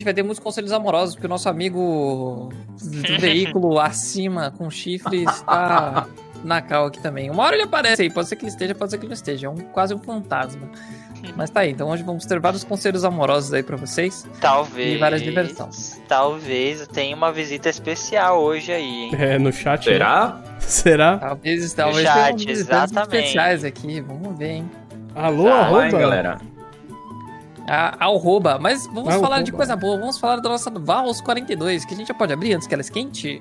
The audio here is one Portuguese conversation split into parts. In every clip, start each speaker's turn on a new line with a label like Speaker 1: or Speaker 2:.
Speaker 1: gente vai ter muitos conselhos amorosos, porque o nosso amigo do veículo acima com chifre está na cal aqui também. Uma hora ele aparece aí, pode ser que ele esteja, pode ser que ele não esteja. É um, quase um fantasma. Mas tá aí, então hoje vamos ter vários conselhos amorosos aí pra vocês.
Speaker 2: Talvez.
Speaker 1: E várias diversões.
Speaker 2: Talvez tenha uma visita especial hoje aí, hein?
Speaker 3: É, no chat. né?
Speaker 4: Será?
Speaker 3: Será?
Speaker 1: Talvez, talvez
Speaker 2: chat,
Speaker 1: tenham visitantes
Speaker 2: exatamente.
Speaker 1: especiais aqui, vamos ver, hein?
Speaker 3: Alô,
Speaker 2: Tá,
Speaker 4: Vai,
Speaker 3: arroba?
Speaker 4: galera.
Speaker 1: A, arroba, mas vamos
Speaker 3: Arroba.
Speaker 1: falar de coisa boa, vamos falar da nossa Vals 42, que a gente já pode abrir antes que ela esquente.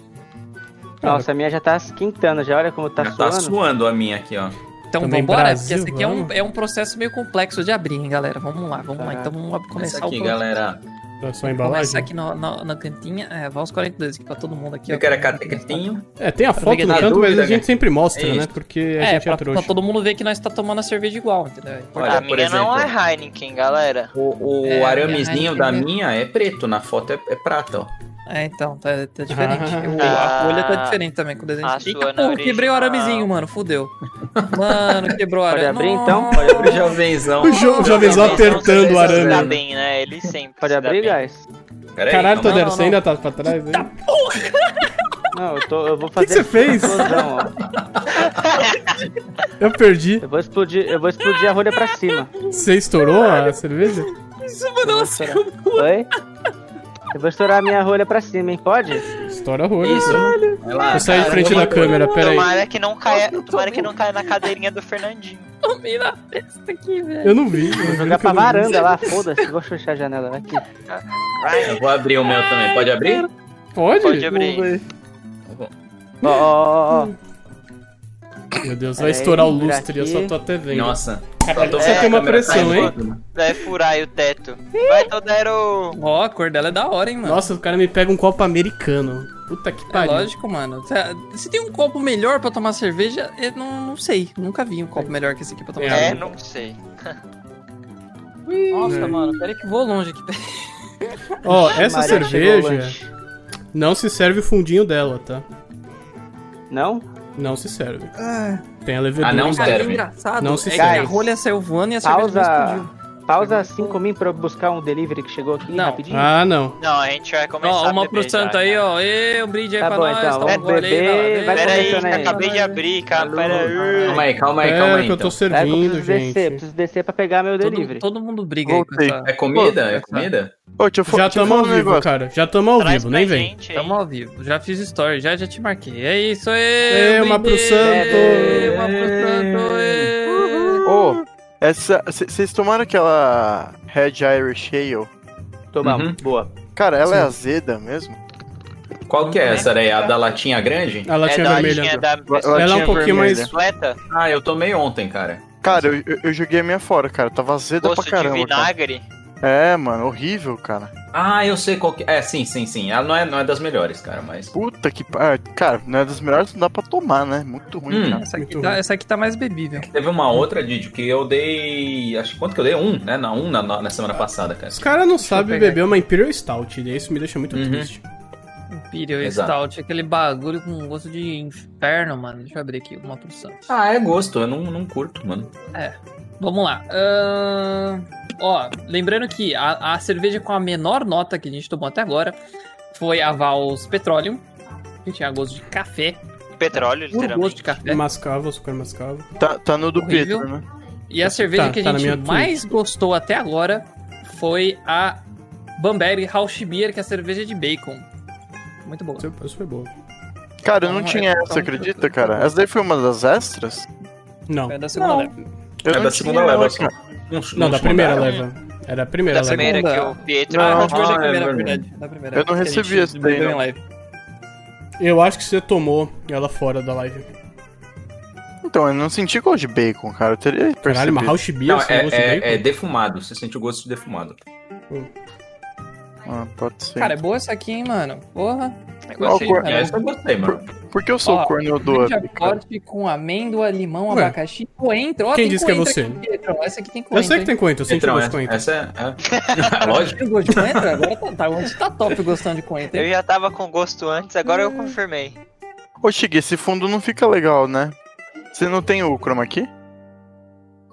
Speaker 3: Cara,
Speaker 5: Nossa, a minha já tá esquentando já, olha como tá
Speaker 4: Já tá
Speaker 5: suando.
Speaker 4: suando a minha aqui, ó.
Speaker 1: Então
Speaker 3: Também
Speaker 1: vambora,
Speaker 3: Brasil,
Speaker 1: porque esse aqui é um,
Speaker 3: vamos.
Speaker 1: é um processo meio complexo de abrir, hein, galera. Vamos lá, vamos lá.
Speaker 3: Caraca.
Speaker 1: Então vamos
Speaker 4: Começa
Speaker 1: começar
Speaker 4: aqui,
Speaker 1: o processo.
Speaker 4: galera.
Speaker 3: é só a
Speaker 1: Começa
Speaker 3: embalagem.
Speaker 1: aqui no- no- na cantinha, é, Vals 42 aqui pra todo mundo aqui. ó.
Speaker 4: Eu quero a catequetinho.
Speaker 3: É, tem a foto no
Speaker 1: Na
Speaker 3: canto, mas
Speaker 4: dúvida,
Speaker 3: a gente
Speaker 4: cara.
Speaker 3: sempre mostra,
Speaker 4: Isso.
Speaker 3: né? Porque a
Speaker 1: É,
Speaker 3: gente é
Speaker 1: pra, pra
Speaker 3: trouxa.
Speaker 1: todo mundo ver que nós tá tomando a cerveja igual, entendeu? É
Speaker 4: Olha,
Speaker 2: a
Speaker 4: por
Speaker 2: minha não
Speaker 4: exemplo.
Speaker 2: é Heineken, galera.
Speaker 4: O, o
Speaker 1: É,
Speaker 4: aramezinho
Speaker 1: minha
Speaker 4: da
Speaker 1: Heineken.
Speaker 4: minha é preto, na foto é, é prata, ó.
Speaker 1: É, então, tá, tá diferente.
Speaker 3: Ah.
Speaker 1: O- a folha tá diferente também com o desenho.
Speaker 2: A
Speaker 1: Eita,
Speaker 2: sua
Speaker 1: pô,
Speaker 2: não
Speaker 1: quebrei o
Speaker 2: original.
Speaker 1: aramezinho, mano. Fudeu. Mano, quebrou o
Speaker 5: tá Pode
Speaker 1: arame.
Speaker 5: abrir, então?
Speaker 1: Nossa.
Speaker 4: O jovenzão.
Speaker 3: O jo- o jovenzão
Speaker 2: Talvez não
Speaker 3: apertando o
Speaker 2: seja se dá
Speaker 3: arame.
Speaker 2: bem, né? Ele sempre
Speaker 5: Pode
Speaker 2: se dá
Speaker 5: abrir,
Speaker 2: bem.
Speaker 5: guys?
Speaker 4: Peraí,
Speaker 3: Caralho,
Speaker 4: calma.
Speaker 3: Todeiro,
Speaker 1: não,
Speaker 3: você ainda tá pra trás aí? O
Speaker 5: Não, eu, tô, eu vou
Speaker 3: que, que
Speaker 5: fazer.
Speaker 3: você fez?
Speaker 5: explosão, ó.
Speaker 3: Eu perdi.
Speaker 5: Eu vou explodir, eu vou explodir a rolha pra cima.
Speaker 3: Você estourou a cerveja?
Speaker 1: Nossa,
Speaker 5: Oi? Eu vou estourar a minha rolha pra cima, hein? Pode?
Speaker 3: Estoura horror.
Speaker 4: Isso.
Speaker 3: então.
Speaker 4: Vai lá,
Speaker 3: Eu saí de
Speaker 4: cara.
Speaker 3: frente da câmera, peraí.
Speaker 2: Tomara que não caia, tomara que não caia na cadeirinha do Fernandinho.
Speaker 1: tomei na festa aqui, velho.
Speaker 3: Eu não vi. eu
Speaker 5: Vou
Speaker 3: juro
Speaker 5: jogar
Speaker 3: que eu
Speaker 5: pra
Speaker 3: não vi.
Speaker 5: varanda lá, foda-se. Vou fechar a janela vai aqui.
Speaker 4: Eu vou abrir o meu também. Pode abrir?
Speaker 3: Pode?
Speaker 2: Pode abrir.
Speaker 3: Vamos ver.
Speaker 5: Ó, ó, ó, ó.
Speaker 3: Meu Deus, vai
Speaker 5: Peraí,
Speaker 3: estourar o
Speaker 5: por
Speaker 3: lustre, eu só
Speaker 5: aqui.
Speaker 3: tô até vendo.
Speaker 4: Nossa.
Speaker 3: Caralho,
Speaker 4: Só tô
Speaker 3: você
Speaker 4: vendo a
Speaker 3: tem uma
Speaker 4: câmera
Speaker 3: pressão, hein?
Speaker 4: saindo.
Speaker 2: Vai furar aí o teto. Vai, então Todero!
Speaker 1: Ó, a cor dela é da hora, hein, mano.
Speaker 3: Nossa, o cara me pega um copo americano. Puta que
Speaker 1: É
Speaker 3: pariu.
Speaker 1: lógico, mano. Se- Se tem um copo melhor pra tomar cerveja, eu não, não sei. Nunca vi um copo melhor que esse aqui pra tomar
Speaker 3: É,
Speaker 2: É,
Speaker 1: cerveja.
Speaker 2: não sei.
Speaker 1: Nossa,
Speaker 3: É.
Speaker 1: mano, peraí que vou longe aqui.
Speaker 3: Ó, essa
Speaker 5: Maria chegou o
Speaker 3: cerveja
Speaker 5: lanche.
Speaker 3: não se serve o fundinho dela, tá?
Speaker 5: Não?
Speaker 3: Não se serve. Tem a levedura.
Speaker 4: Ah, não
Speaker 3: embaixo.
Speaker 1: Cara,
Speaker 4: serve.
Speaker 1: que engraçado
Speaker 3: Não se
Speaker 1: é que a
Speaker 5: serve.
Speaker 1: rolha saiu voando e a cerveja
Speaker 5: Pausa.
Speaker 1: não explodiu.
Speaker 5: Pausa 5 mil pra eu buscar um delivery que chegou aqui
Speaker 1: Não.
Speaker 5: rapidinho.
Speaker 3: Ah, não.
Speaker 2: Não, a gente vai começar
Speaker 1: Ó,
Speaker 2: a
Speaker 1: uma
Speaker 2: beber
Speaker 1: pro santo
Speaker 2: já,
Speaker 1: aí,
Speaker 2: né?
Speaker 1: ó. Ê, um brinde aí
Speaker 5: Tá
Speaker 1: pra
Speaker 5: bom,
Speaker 1: nós.
Speaker 5: então,
Speaker 1: toma
Speaker 5: vamos
Speaker 1: um gole aí,
Speaker 5: beber,
Speaker 1: galera.
Speaker 5: vai
Speaker 2: Pera aí,
Speaker 5: começando
Speaker 2: que
Speaker 5: aí.
Speaker 2: acabei de abrir, cara. Pera aí.
Speaker 4: Calma aí, calma aí, calma
Speaker 3: Pera
Speaker 4: aí.
Speaker 3: É, que eu tô
Speaker 4: Então.
Speaker 5: Pera que eu
Speaker 6: É,
Speaker 3: servindo,
Speaker 5: preciso
Speaker 3: gente.
Speaker 5: descer, preciso descer pra pegar meu
Speaker 1: Todo,
Speaker 5: delivery.
Speaker 1: todo mundo briga aí com
Speaker 6: Voltei.
Speaker 1: essa...
Speaker 4: É comida? É comida?
Speaker 6: Ô, deixa eu fa-
Speaker 3: Já
Speaker 6: deixa eu
Speaker 3: tamo ao
Speaker 6: falar um
Speaker 3: vivo,
Speaker 6: negócio.
Speaker 3: cara. Já tamo ao
Speaker 2: Traz
Speaker 3: vivo,
Speaker 2: pra
Speaker 3: nem vem.
Speaker 2: gente, hein?
Speaker 1: Tamo ao vivo. Já fiz story, já, já te marquei. É isso aí.
Speaker 3: Ê, uma pro
Speaker 1: brinde,
Speaker 3: santo.
Speaker 1: ê, Uma pro santo. ê.
Speaker 6: Ô, essa. c- Vocês tomaram aquela Red Irish Ale?
Speaker 5: Tomamos,
Speaker 4: Uhum.
Speaker 5: boa.
Speaker 6: Cara, ela é azeda mesmo?
Speaker 4: Qual que é essa daí? A da latinha grande?
Speaker 3: A latinha
Speaker 2: é da
Speaker 3: vermelha.
Speaker 2: latinha da
Speaker 6: Ela
Speaker 3: Ela é um pouquinho mais.
Speaker 2: bicicleta,
Speaker 4: Ah, eu tomei ontem, cara.
Speaker 6: Cara, eu, eu- eu joguei a minha fora, cara. Tava azeda
Speaker 2: gosto
Speaker 6: pra
Speaker 2: de
Speaker 6: caramba, cara.
Speaker 2: vinagre.
Speaker 6: É, mano, horrível, cara.
Speaker 4: Ah, eu sei qual que é. Sim, sim, sim. Ela não é, não é das melhores, cara, mas.
Speaker 6: Puta que. pa- ah, Cara, não é das melhores, não dá pra tomar, né? Muito ruim,
Speaker 4: Hum.
Speaker 6: cara.
Speaker 1: Essa aqui,
Speaker 3: Muito
Speaker 1: tá,
Speaker 3: ruim.
Speaker 1: essa aqui tá mais bebível.
Speaker 4: Teve uma outra, Didi, que eu dei. Acho que quanto que eu dei? Um, né? Na um na, na- na semana passada, cara.
Speaker 3: Os caras não sabem
Speaker 1: pegar
Speaker 3: beber uma Imperial Stout, e isso me deixa muito
Speaker 4: Uhum.
Speaker 3: triste.
Speaker 1: Imperial
Speaker 4: Exato.
Speaker 1: um Stout, aquele bagulho com gosto de inferno, mano. Deixa eu abrir aqui uma pro santo.
Speaker 4: Ah, é gosto. Eu não, não curto, mano.
Speaker 1: Vamos lá. Ahn, Ó, lembrando que a, a cerveja com a menor nota que a gente tomou até agora foi a Vals Petroleum, que tinha gosto de café,
Speaker 2: Petróleo,
Speaker 1: puro gosto
Speaker 2: literalmente.
Speaker 1: de
Speaker 4: É.
Speaker 1: café.
Speaker 3: Mascavo, açúcar mascavo.
Speaker 6: Tá, tá no do
Speaker 1: Horrível.
Speaker 6: Pedro, né?
Speaker 1: E a cerveja
Speaker 3: Tá,
Speaker 1: que a
Speaker 3: tá na
Speaker 1: gente
Speaker 3: minha
Speaker 1: mais gostou até agora foi a Bamberg Rauschbier, que é a cerveja de bacon. Muito boa.
Speaker 3: Isso é isso foi boa.
Speaker 6: Cara, eu não
Speaker 1: Então,
Speaker 6: tinha
Speaker 1: é,
Speaker 3: tá
Speaker 6: essa,
Speaker 1: então,
Speaker 6: acredita, cara? Essa daí foi uma das extras?
Speaker 3: Não.
Speaker 1: É da segunda leva.
Speaker 6: Eu
Speaker 4: é
Speaker 6: não
Speaker 4: da
Speaker 6: tinha
Speaker 4: segunda leva.
Speaker 6: outra.
Speaker 4: Não,
Speaker 3: Não, da primeira né? leva. Era a primeira
Speaker 2: Da
Speaker 3: leva.
Speaker 2: primeira que
Speaker 1: segunda.
Speaker 2: o Pietro
Speaker 6: Não,
Speaker 1: Ah,
Speaker 2: não,
Speaker 1: a primeira,
Speaker 4: Ah,
Speaker 1: da
Speaker 4: é
Speaker 1: primeira,
Speaker 4: verdade.
Speaker 1: verdade. Da primeira.
Speaker 6: Eu
Speaker 1: Que
Speaker 6: não
Speaker 1: a
Speaker 6: recebi
Speaker 1: gente
Speaker 6: essa daí,
Speaker 1: bebeu em
Speaker 6: não.
Speaker 1: live.
Speaker 3: Eu acho que você tomou ela fora da live.
Speaker 6: Então, eu não senti gosto de bacon, cara. Eu teria
Speaker 3: Caralho,
Speaker 6: percebido.
Speaker 3: uma house beer,
Speaker 4: Não,
Speaker 3: você não
Speaker 4: é,
Speaker 3: gosta de bacon?
Speaker 4: é, é defumado. Você sente o gosto de defumado.
Speaker 6: Ah, pode ser.
Speaker 1: Cara, é boa essa aqui, hein, mano. Porra.
Speaker 6: Qual
Speaker 1: Gostei,
Speaker 6: cor?
Speaker 1: cara.
Speaker 4: É, essa eu gostei, mano.
Speaker 6: Por que eu sou
Speaker 1: Ó,
Speaker 6: o corno do
Speaker 1: Laranja
Speaker 6: up, cara?
Speaker 1: forte com amêndoa, limão,
Speaker 3: Ué.
Speaker 1: abacaxi, coentro. Ó,
Speaker 3: Quem
Speaker 1: tem
Speaker 3: disse que é
Speaker 1: coentro
Speaker 3: você?
Speaker 1: aqui, Pedrão. Essa aqui tem coentro.
Speaker 3: Eu sei que
Speaker 1: hein?
Speaker 3: tem coentro, eu senti
Speaker 4: Então,
Speaker 3: gosto de
Speaker 4: essa,
Speaker 3: coentro.
Speaker 4: essa é. é. Lógico.
Speaker 1: Tem gosto de coentro? Agora tá, tá, hoje tá top gostando de coentro. hein?
Speaker 2: Eu já tava com gosto antes, agora eu confirmei.
Speaker 6: Ô, Chig, esse fundo não fica legal, né? Você não tem o chroma aqui?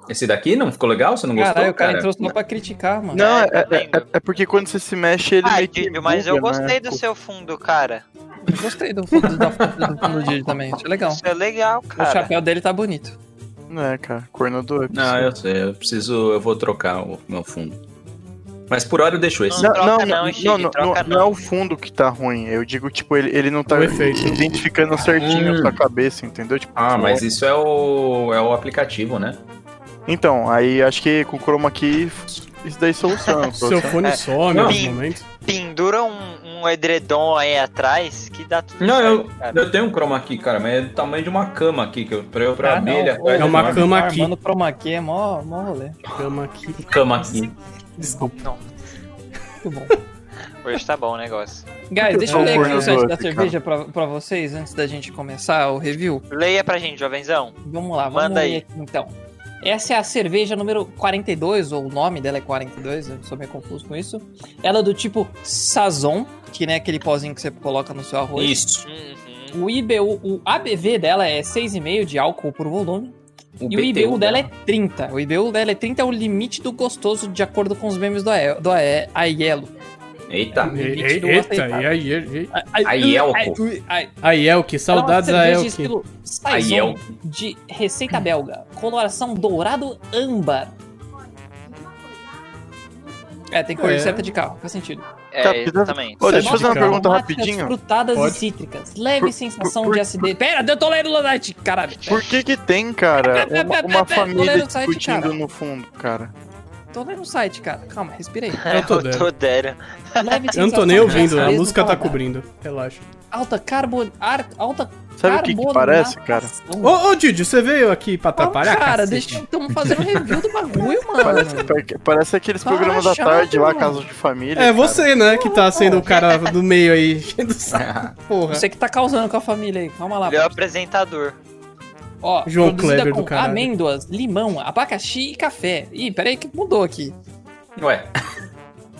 Speaker 4: Esse daqui não ficou legal? Você não gostou,
Speaker 1: Caralho, o cara,
Speaker 4: cara?
Speaker 1: entrou só pra criticar, mano.
Speaker 6: Não, é,
Speaker 2: É,
Speaker 6: é-
Speaker 2: também.
Speaker 6: é- é porque quando você se mexe, ele é
Speaker 2: Ah,
Speaker 6: meio que
Speaker 2: Didi, mas eu
Speaker 6: buga, né?
Speaker 2: gostei do seu fundo, cara.
Speaker 1: Eu gostei do fundo, da foto do fundo do Didi também. Achei
Speaker 3: Então,
Speaker 1: legal.
Speaker 2: Isso é legal,
Speaker 1: O
Speaker 2: cara.
Speaker 1: chapéu dele tá bonito.
Speaker 6: Não é, cara. Corno do up.
Speaker 4: Não, eu sei, eu preciso, eu vou trocar o meu fundo. Mas por hora eu deixo esse.
Speaker 2: Não,
Speaker 6: Não,
Speaker 2: troca
Speaker 6: não,
Speaker 2: não,
Speaker 6: não,
Speaker 2: Chique,
Speaker 6: não, não,
Speaker 2: troca
Speaker 6: não
Speaker 2: não.
Speaker 6: é o fundo que tá ruim. Eu digo, tipo, ele, ele não tá
Speaker 3: O efeito.
Speaker 6: identificando certinho
Speaker 4: Hum.
Speaker 6: a sua cabeça, entendeu? Tipo,
Speaker 4: Ah, mas isso é o, é o aplicativo, né?
Speaker 6: Então, aí acho que com o Chroma Key, isso daí é soluciona.
Speaker 3: Seu
Speaker 6: soluciona.
Speaker 3: fone
Speaker 2: É.
Speaker 3: some
Speaker 4: Não.
Speaker 3: alguns momentos.
Speaker 2: Pendura um, um edredom aí atrás que dá tudo
Speaker 4: Não,
Speaker 2: certo,
Speaker 4: eu,
Speaker 2: cara.
Speaker 4: eu tenho um chroma aqui, cara, mas é do tamanho de uma cama aqui, que eu pra eu pra
Speaker 1: Ah,
Speaker 4: abrir
Speaker 1: não,
Speaker 4: ele
Speaker 1: pô.
Speaker 4: atrás.
Speaker 3: É uma
Speaker 4: enorme.
Speaker 3: cama aqui.
Speaker 1: Armando chroma aqui é mó, mó rolê.
Speaker 3: Cama aqui.
Speaker 4: cama aqui.
Speaker 3: Desculpa.
Speaker 1: Muito bom.
Speaker 2: Hoje tá bom o negócio.
Speaker 1: Guys, deixa eu
Speaker 6: bom,
Speaker 1: ler aqui o
Speaker 6: Fernando,
Speaker 1: site da
Speaker 6: cara.
Speaker 1: cerveja pra, pra vocês, antes da gente começar o review.
Speaker 2: Leia pra gente, jovenzão.
Speaker 1: Vamos lá, vamos
Speaker 2: Manda
Speaker 1: ler
Speaker 2: aí.
Speaker 1: aqui, então. Essa é a cerveja número 42, ou o nome dela é 42, eu sou meio confuso com isso. Ela é do tipo Sazon, que né, aquele pozinho que você coloca no seu arroz.
Speaker 4: Isso.
Speaker 2: Uhum.
Speaker 1: O IBU, o ABV dela é 6,5 de álcool por volume. e o
Speaker 4: né?
Speaker 1: IBU dela é 30. O IBU dela é 30, é o limite do gostoso, de acordo com os memes do, AE, do AE, Aiello.
Speaker 4: Eita.
Speaker 3: E- e-
Speaker 1: Limite do
Speaker 3: Eita,
Speaker 1: aceitável.
Speaker 3: e aí? e aí?
Speaker 4: Aielco.
Speaker 1: Aielco.
Speaker 3: A Yelke, Ah, saudades da
Speaker 1: Ela é uma cerveja
Speaker 3: Yelke.
Speaker 1: estilo Saison,
Speaker 4: Aielco.
Speaker 1: de receita belga. Coloração dourado âmbar. É, tem cor
Speaker 3: É.
Speaker 1: de seta de carro, faz sentido.
Speaker 6: Tá,
Speaker 2: É,
Speaker 6: precisa-
Speaker 2: exatamente.
Speaker 6: Ô, deixa eu
Speaker 1: Sabores
Speaker 6: fazer uma
Speaker 3: Calma.
Speaker 6: pergunta
Speaker 1: aromáticas,
Speaker 6: rapidinho.
Speaker 1: Frutadas
Speaker 3: Pode.
Speaker 1: e cítricas. Leve
Speaker 6: Por-
Speaker 1: sensação
Speaker 6: por-
Speaker 1: de acidez. Pera, eu tô lendo o Lunite, caralho.
Speaker 6: Por que que tem, cara, uma, uma família
Speaker 1: Olha o site, cara.
Speaker 6: discutindo no fundo, cara?
Speaker 1: Tô lendo o site, cara. Calma, respira aí.
Speaker 3: Eu tô
Speaker 2: Eu
Speaker 3: dentro.
Speaker 2: tô dera.
Speaker 1: Leve
Speaker 3: Eu não tô
Speaker 1: sensação
Speaker 3: nem
Speaker 1: de
Speaker 3: ouvindo, a
Speaker 1: acidez no
Speaker 3: música tá
Speaker 1: paladar.
Speaker 3: cobrindo. Relaxa.
Speaker 1: Alta carbo... ar- Alta
Speaker 6: Sabe o que que parece,
Speaker 2: né?
Speaker 6: cara?
Speaker 1: carbonatação.
Speaker 3: Ô, tá ô, Didi, você veio aqui pra
Speaker 1: Não,
Speaker 3: atrapalhar?
Speaker 1: Cara,
Speaker 3: cacete?
Speaker 1: deixa estamos fazendo review do bagulho, mano.
Speaker 6: Parece, pa- parece aqueles
Speaker 1: Para,
Speaker 6: programas da
Speaker 1: chato,
Speaker 6: tarde lá,
Speaker 1: mano.
Speaker 6: Casa de Família.
Speaker 3: É
Speaker 6: cara.
Speaker 3: você, né, que tá sendo o cara do meio aí, enchendo o saco, porra.
Speaker 1: Você que tá causando com a família aí.
Speaker 3: Ah,
Speaker 1: Calma lá.
Speaker 2: Ele é o apresentador.
Speaker 1: Ó,
Speaker 3: João
Speaker 1: produzida
Speaker 3: Kleber
Speaker 1: com
Speaker 3: do caralho.
Speaker 1: amêndoas, limão, abacaxi e café. Ih, peraí que mudou aqui.
Speaker 4: Ué.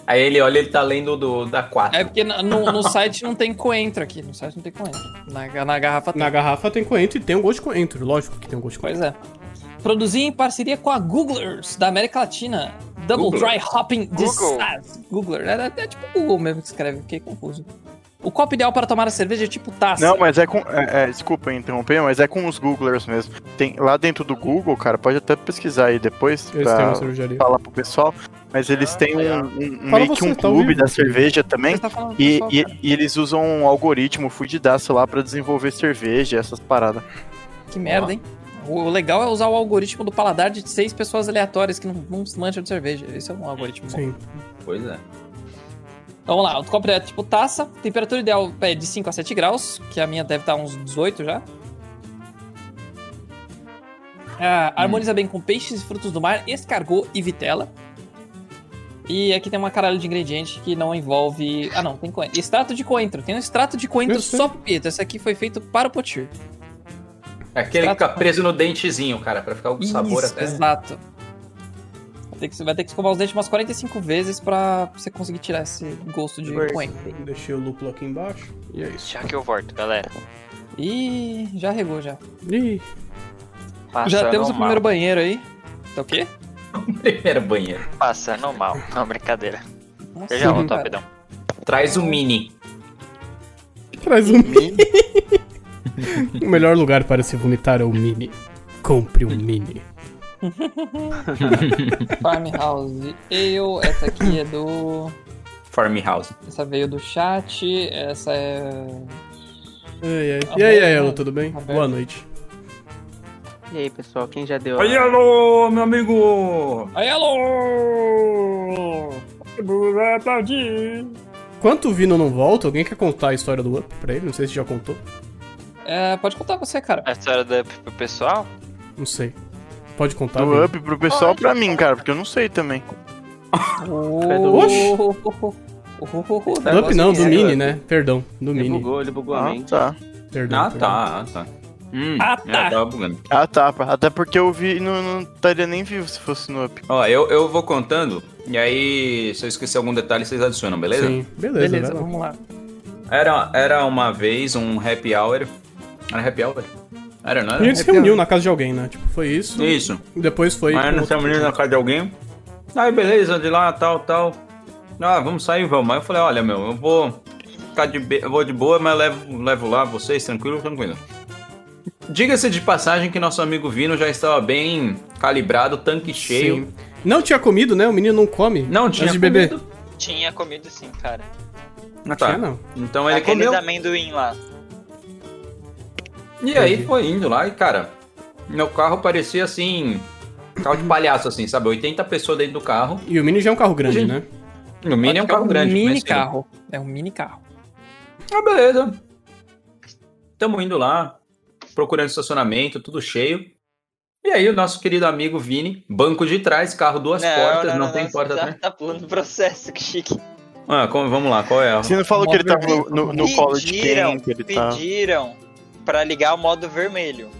Speaker 4: Aí ele olha, ele tá lendo do, da 4.
Speaker 1: É porque na- no, no site não tem coentro aqui. No site não tem coentro. Na, na garrafa tem.
Speaker 3: Na garrafa tem coentro e tem um gosto de coentro, lógico que tem um gosto de coentro.
Speaker 1: Pois é. Produzir em parceria com a Googlers da América Latina. Double
Speaker 4: Googler?
Speaker 1: Dry Hopping
Speaker 2: Google.
Speaker 1: Disaster. Googler. É, é, é tipo Google mesmo que escreve, fiquei confuso. O copo ideal para tomar a cerveja é tipo taça.
Speaker 6: Não, mas é com. É, é, desculpa interromper, mas é com os Googlers mesmo. Tem, lá dentro do Google, cara, pode até pesquisar aí depois
Speaker 3: Eles têm uma
Speaker 6: pra
Speaker 3: cervejaria.
Speaker 6: falar pro pessoal. Mas eles têm um, um- um
Speaker 3: Fala
Speaker 6: meio que
Speaker 3: você,
Speaker 6: um
Speaker 3: tá ao
Speaker 6: clube
Speaker 3: vivo.
Speaker 6: da cerveja também.
Speaker 1: Você tá falando do
Speaker 6: E,
Speaker 1: pessoal,
Speaker 6: e-
Speaker 1: cara.
Speaker 6: e eles usam um algoritmo fudidaço lá pra desenvolver cerveja, essas paradas.
Speaker 1: Que merda, hein? O legal é usar o algoritmo do paladar de seis pessoas aleatórias que não, não mancham de cerveja. Esse é um algoritmo bom.
Speaker 3: Sim.
Speaker 4: Pois é.
Speaker 1: Então vamos lá, o copo é tipo taça, temperatura ideal é de 5 a 7 graus, que a minha deve estar uns 18 já. Ah, harmoniza bem com peixes e frutos do mar, escargot e vitela. E aqui tem uma caralho de ingrediente que não envolve. Ah, não, tem coentro. Extrato de coentro. Tem um extrato de coentro
Speaker 3: Eu sei.
Speaker 1: só preto. Esse aqui foi feito para o Potir.
Speaker 4: É Aquele que
Speaker 1: Extrato-
Speaker 4: fica preso no dentezinho, cara, pra ficar o sabor
Speaker 1: Isso,
Speaker 4: até.
Speaker 1: Exato. Vai ter, que, vai ter que escovar os dentes umas 45 vezes pra você conseguir tirar esse gosto de
Speaker 2: Por-
Speaker 1: coentro.
Speaker 3: Deixei o lúpulo aqui embaixo. E é isso.
Speaker 2: Já que eu volto, galera.
Speaker 1: Ih, já regou já.
Speaker 3: Ih, Ah,
Speaker 1: já
Speaker 2: Passando
Speaker 1: temos o
Speaker 2: um mal.
Speaker 1: primeiro banheiro aí. Tá o quê?
Speaker 4: Primeiro banheiro.
Speaker 2: Passando mal. Não, brincadeira.
Speaker 1: Nossa,
Speaker 2: Eu já tá, volto,
Speaker 3: Uhum.
Speaker 1: cara.
Speaker 2: rapidão.
Speaker 4: Traz o mini.
Speaker 3: traz um mini. o melhor lugar para se vomitar é o mini. Compre um mini.
Speaker 1: Farmhouse Ale, essa aqui é do.
Speaker 4: Farmhouse.
Speaker 1: Essa veio do chat, essa é.
Speaker 3: Ai, ai.
Speaker 1: Tá
Speaker 3: E aí,
Speaker 1: bom,
Speaker 3: Aiello,
Speaker 1: né?
Speaker 3: tudo bem?
Speaker 1: Tá bem.
Speaker 3: Boa noite.
Speaker 5: E aí, pessoal, quem já deu? a-
Speaker 4: Aí, alô, meu amigo!
Speaker 1: Aí, alô!
Speaker 3: Enquanto o Vino não volta, alguém quer contar a história do Up pra ele? Não sei se já contou.
Speaker 1: É, pode contar você, cara.
Speaker 2: A história do Up pro pessoal?
Speaker 3: Não sei. Pode contar,
Speaker 6: Do
Speaker 3: Vino.
Speaker 6: up pro pessoal, pra mim, cara, porque eu não sei também. Ah,
Speaker 1: Oxi! Uhum,
Speaker 3: Do Up não,
Speaker 1: assim.
Speaker 6: é,
Speaker 3: do Mini, né? Perdão, do
Speaker 7: Ele
Speaker 3: Mini.
Speaker 7: bugou, ele bugou a
Speaker 6: Ah,
Speaker 7: mente.
Speaker 6: tá.
Speaker 3: Perdão.
Speaker 4: Ah,
Speaker 3: perdão.
Speaker 4: tá, ah, tá. Hum,
Speaker 1: Ah,
Speaker 4: é,
Speaker 1: tá.
Speaker 4: tava bugando.
Speaker 6: Ah, tá. Até porque eu vi e não, não estaria nem vivo se fosse no up.
Speaker 4: Ó, eu, eu vou contando, e aí, se eu esquecer algum detalhe, vocês adicionam, beleza?
Speaker 3: Sim, beleza,
Speaker 1: Beleza,
Speaker 3: vai lá.
Speaker 1: vamos lá.
Speaker 4: Era, era uma vez um happy hour. Era happy hour? I don't
Speaker 3: A gente se
Speaker 4: know.
Speaker 3: reuniu na casa de alguém, né? Tipo, foi isso.
Speaker 4: Isso.
Speaker 3: Depois foi.
Speaker 4: Mas
Speaker 3: pro
Speaker 4: não
Speaker 3: outro-
Speaker 4: tinha menino na casa de alguém. Aí beleza, de lá, tal, tal. Ah, vamos sair, vamos. Aí eu falei, olha, meu, eu vou ficar de, be- eu vou de boa, mas levo, levo lá vocês, tranquilo, tranquilo. Diga-se de passagem que nosso amigo Vino já estava bem calibrado, tanque cheio.
Speaker 3: Sim. Não tinha comido, né? O menino não come.
Speaker 4: Não tinha
Speaker 3: Antes de beber.
Speaker 4: comido.
Speaker 2: Tinha comido sim, cara.
Speaker 3: Tinha,
Speaker 4: Ah, tá.
Speaker 3: não.
Speaker 4: Então ele
Speaker 2: Aqueles
Speaker 4: comeu.
Speaker 2: amendoim lá.
Speaker 4: E aí foi indo lá e, cara, meu carro parecia assim. Carro de palhaço, assim, sabe? 80 pessoas dentro do carro.
Speaker 3: E o Mini já é um carro grande,
Speaker 4: Sim.
Speaker 3: né?
Speaker 4: No mini é um carro grande.
Speaker 1: Mini
Speaker 4: mas, assim,
Speaker 1: carro. É um mini carro.
Speaker 4: Ah, beleza. Tamo indo lá, procurando estacionamento, tudo cheio. E aí o nosso querido amigo Vini, banco de trás, carro duas portas, não, tem porta
Speaker 2: tá,
Speaker 4: atrás.
Speaker 2: tá pulando o processo, que chique.
Speaker 4: Ah, como- vamos lá, qual é? a-
Speaker 6: Você não falou que ele tava no, no, no college
Speaker 2: Pediram,
Speaker 6: camp, ele tá...
Speaker 2: pediram pra ligar o modo vermelho.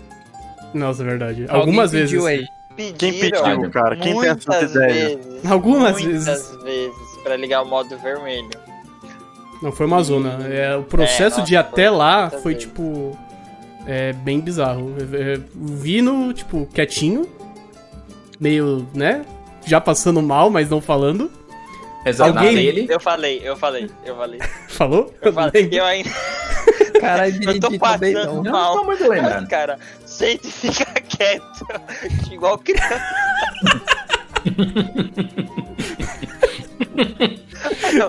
Speaker 3: Nossa, é verdade.
Speaker 1: Alguém
Speaker 3: Algumas vezes.
Speaker 1: pediu aí.
Speaker 2: Pediram.
Speaker 6: Quem pediu, cara? Quem tem
Speaker 2: muitas
Speaker 6: essas ideias?
Speaker 2: vezes.
Speaker 3: Algumas
Speaker 2: muitas
Speaker 3: vezes.
Speaker 2: vezes pra ligar o modo vermelho.
Speaker 3: Não, foi uma zona. É, o processo
Speaker 2: É,
Speaker 3: de ir
Speaker 2: nossa,
Speaker 3: até
Speaker 2: foi
Speaker 3: lá
Speaker 2: muitas
Speaker 3: foi,
Speaker 2: vezes.
Speaker 3: tipo. É bem bizarro. É, é, o Vino, tipo, quietinho. Meio, né? Já passando mal, mas não falando.
Speaker 4: Exato,
Speaker 3: Alguém-
Speaker 4: ele.
Speaker 2: Eu falei, eu falei, eu falei.
Speaker 3: Falou?
Speaker 2: Eu falei. Eu ainda
Speaker 1: Caralho,
Speaker 2: eu tô
Speaker 1: Benedito também
Speaker 2: passando
Speaker 1: não.
Speaker 4: Não
Speaker 2: mal.
Speaker 4: tô muito lembrando.
Speaker 2: Cara, sente e fica quieto. Igual criança.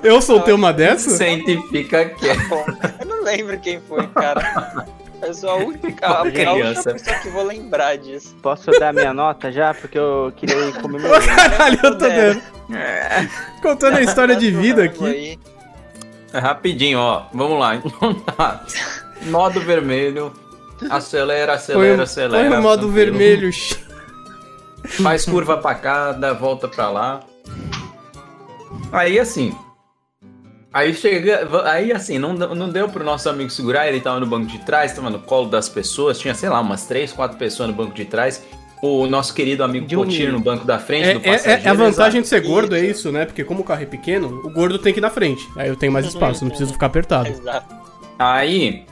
Speaker 3: Eu soltei uma dessa?
Speaker 4: Sente e fica quieto.
Speaker 2: Bom, eu não lembro quem foi, cara. Eu sou a única, a, a
Speaker 4: Criança.
Speaker 2: única pessoa que vou lembrar disso.
Speaker 5: Posso dar minha nota já? Porque eu queria ir comer meu.
Speaker 3: Ô, caralho, eu tô
Speaker 2: Puderam.
Speaker 3: dando. Contando a história de
Speaker 2: Passa o
Speaker 3: vida
Speaker 2: rango
Speaker 3: aqui.
Speaker 2: aí.
Speaker 4: É rapidinho, ó. Vamos lá. Então tá. Modo vermelho. Acelera,
Speaker 3: Foi, um-
Speaker 4: acelera, acelera.
Speaker 3: foi o modo
Speaker 4: tranquilo.
Speaker 3: vermelho.
Speaker 4: Faz
Speaker 3: Uhum.
Speaker 4: curva pra cá, dá volta pra lá. Aí assim. Aí chega. Aí assim, não, não deu pro nosso amigo segurar, ele tava no banco de trás, tava no colo das pessoas, tinha, sei lá, umas três, quatro pessoas no banco de trás. O nosso querido amigo
Speaker 3: De um-
Speaker 4: Potiro no banco da frente,
Speaker 3: É,
Speaker 4: do
Speaker 3: é- é-
Speaker 4: passageiro.
Speaker 3: a vantagem de ser
Speaker 2: exato.
Speaker 3: gordo é isso, né? Porque como o carro é pequeno, o gordo tem que ir na frente. Aí eu tenho mais espaço, não preciso ficar apertado.
Speaker 2: Exato.
Speaker 4: Aí,